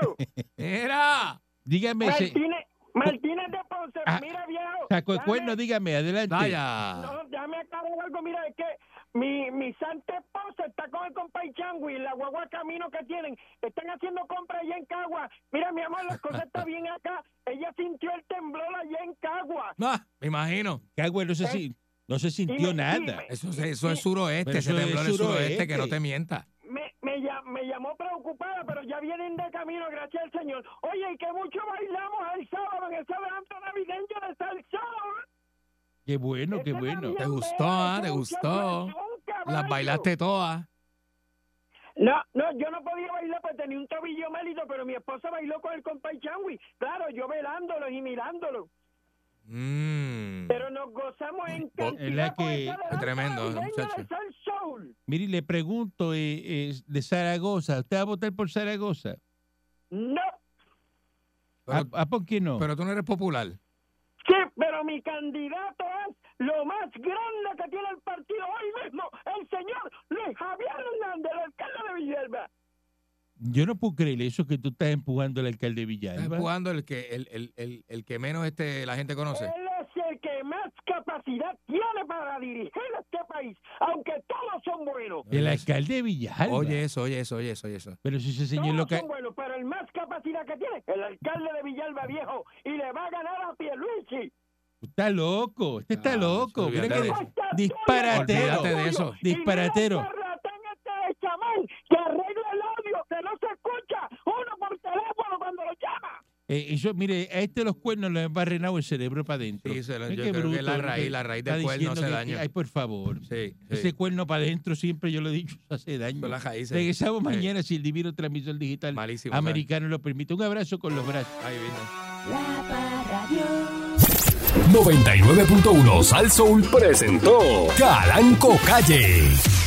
Speaker 6: viejo!
Speaker 5: ¡Era!
Speaker 3: Dígame, se-
Speaker 6: Martínez, Martínez de Ponce,
Speaker 3: Ah,
Speaker 6: mira, viejo.
Speaker 3: saco el
Speaker 6: dame-
Speaker 3: cuerno, dígame, adelante.
Speaker 4: ¡Vaya!
Speaker 6: No, déjame aclarar algo, mira, es que mi, mi santa esposa está con el compay Changui, la guagua camino que tienen, están haciendo compras allá en Cagua. Mira, mi amor, las cosas están bien acá. Ella sintió el temblor allá en Cagua.
Speaker 4: Ah, me imagino.
Speaker 3: Cagüe, no sé si no se sintió
Speaker 6: Eh, dime,
Speaker 3: nada.
Speaker 6: dime.
Speaker 4: Eso, es- eso es suroeste,
Speaker 3: Pero
Speaker 4: ese
Speaker 3: eso es
Speaker 4: temblor es suroeste, que no
Speaker 3: suroeste.
Speaker 4: te mientas.
Speaker 6: Me, me, llam- me llamó preocupada, pero ya vienen de camino, gracias al Señor. Oye, y que mucho bailamos el sábado en el sábado navideño de Salsón.
Speaker 3: Qué bueno, qué
Speaker 6: Ese
Speaker 3: bueno.
Speaker 6: también
Speaker 4: Te gustó,
Speaker 6: veo,
Speaker 4: ah,
Speaker 6: ese
Speaker 4: te
Speaker 6: muchacho
Speaker 4: gustó.
Speaker 6: es un caballo.
Speaker 4: Las bailaste todas.
Speaker 6: No, no, yo no podía bailar porque tenía un tobillo malito, pero mi esposa bailó con el compay Changui. Claro, yo velándolos y mirándolos.
Speaker 4: Mm.
Speaker 6: Pero nos gozamos en
Speaker 4: Bo-
Speaker 3: es la que-
Speaker 6: cantidad con esa
Speaker 4: es
Speaker 6: danza
Speaker 4: tremendo,
Speaker 6: navideña
Speaker 4: muchacho.
Speaker 6: de Soul Soul.
Speaker 3: Mire, le pregunto eh, eh, de Zaragoza. ¿Usted va a votar por Zaragoza?
Speaker 6: No,
Speaker 3: ¿A,
Speaker 4: Pero-
Speaker 3: a por qué no?
Speaker 4: Pero tú no eres popular.
Speaker 6: sí, pero mi candidato es lo más grande que tiene el partido hoy mismo, el señor Luis Javier Hernández, el alcalde de Villalba.
Speaker 3: Yo no puedo creer eso que tú estás empujando al alcalde
Speaker 4: Estás
Speaker 3: Villalba.
Speaker 4: jugando el que, el, el, el, el que menos este, la gente conoce.
Speaker 6: Él es el que más capacidad tiene para dirigir este país, aunque todos son buenos.
Speaker 3: El alcalde Villalba.
Speaker 4: Oye eso, oye eso, oye eso, oye eso.
Speaker 3: Pero si ese
Speaker 6: Todos
Speaker 3: señor lo que...
Speaker 6: son buenos, pero el más capacidad que tiene, el alcalde de Villalba Viejo, y le va a ganar a Pierluigi.
Speaker 3: Está loco, este está
Speaker 4: Ah,
Speaker 3: loco.
Speaker 4: sí,
Speaker 3: Mira
Speaker 4: olvídate
Speaker 3: que
Speaker 4: de
Speaker 6: Esta tuya,
Speaker 3: disparatero.
Speaker 6: esta
Speaker 4: Olvídate de
Speaker 6: tuya.
Speaker 4: eso.
Speaker 6: Y mira
Speaker 3: Disparatero.
Speaker 6: el charlatán este de chamán que arregla el audio, que no se escucha uno por teléfono cuando lo llama.
Speaker 3: Eh, y yo, mire, a este los cuernos le han barrenado el cerebro para adentro.
Speaker 4: Sí, se lo-
Speaker 3: Mira
Speaker 4: yo
Speaker 3: qué
Speaker 4: creo que
Speaker 3: bruto,
Speaker 4: la
Speaker 3: ¿no?
Speaker 4: raíz-
Speaker 3: Que
Speaker 4: la raíz
Speaker 3: está
Speaker 4: del cuerno
Speaker 3: diciendo
Speaker 4: hace
Speaker 3: que-
Speaker 4: daño.
Speaker 3: Ay, por favor.
Speaker 4: Sí,
Speaker 3: Ese
Speaker 4: sí.
Speaker 3: cuerno para adentro siempre, yo lo he dicho, [LAUGHS] eso hace daño.
Speaker 4: Son las raíces.
Speaker 3: Regresamos
Speaker 4: Sí.
Speaker 3: mañana si el divino transmisor digital
Speaker 4: Malísimo, ¿sabes?
Speaker 3: americano lo permite. Un abrazo con los brazos.
Speaker 4: Ahí viene.
Speaker 1: La Parradio 99.1 Sal Soul presentó Calanco Calle.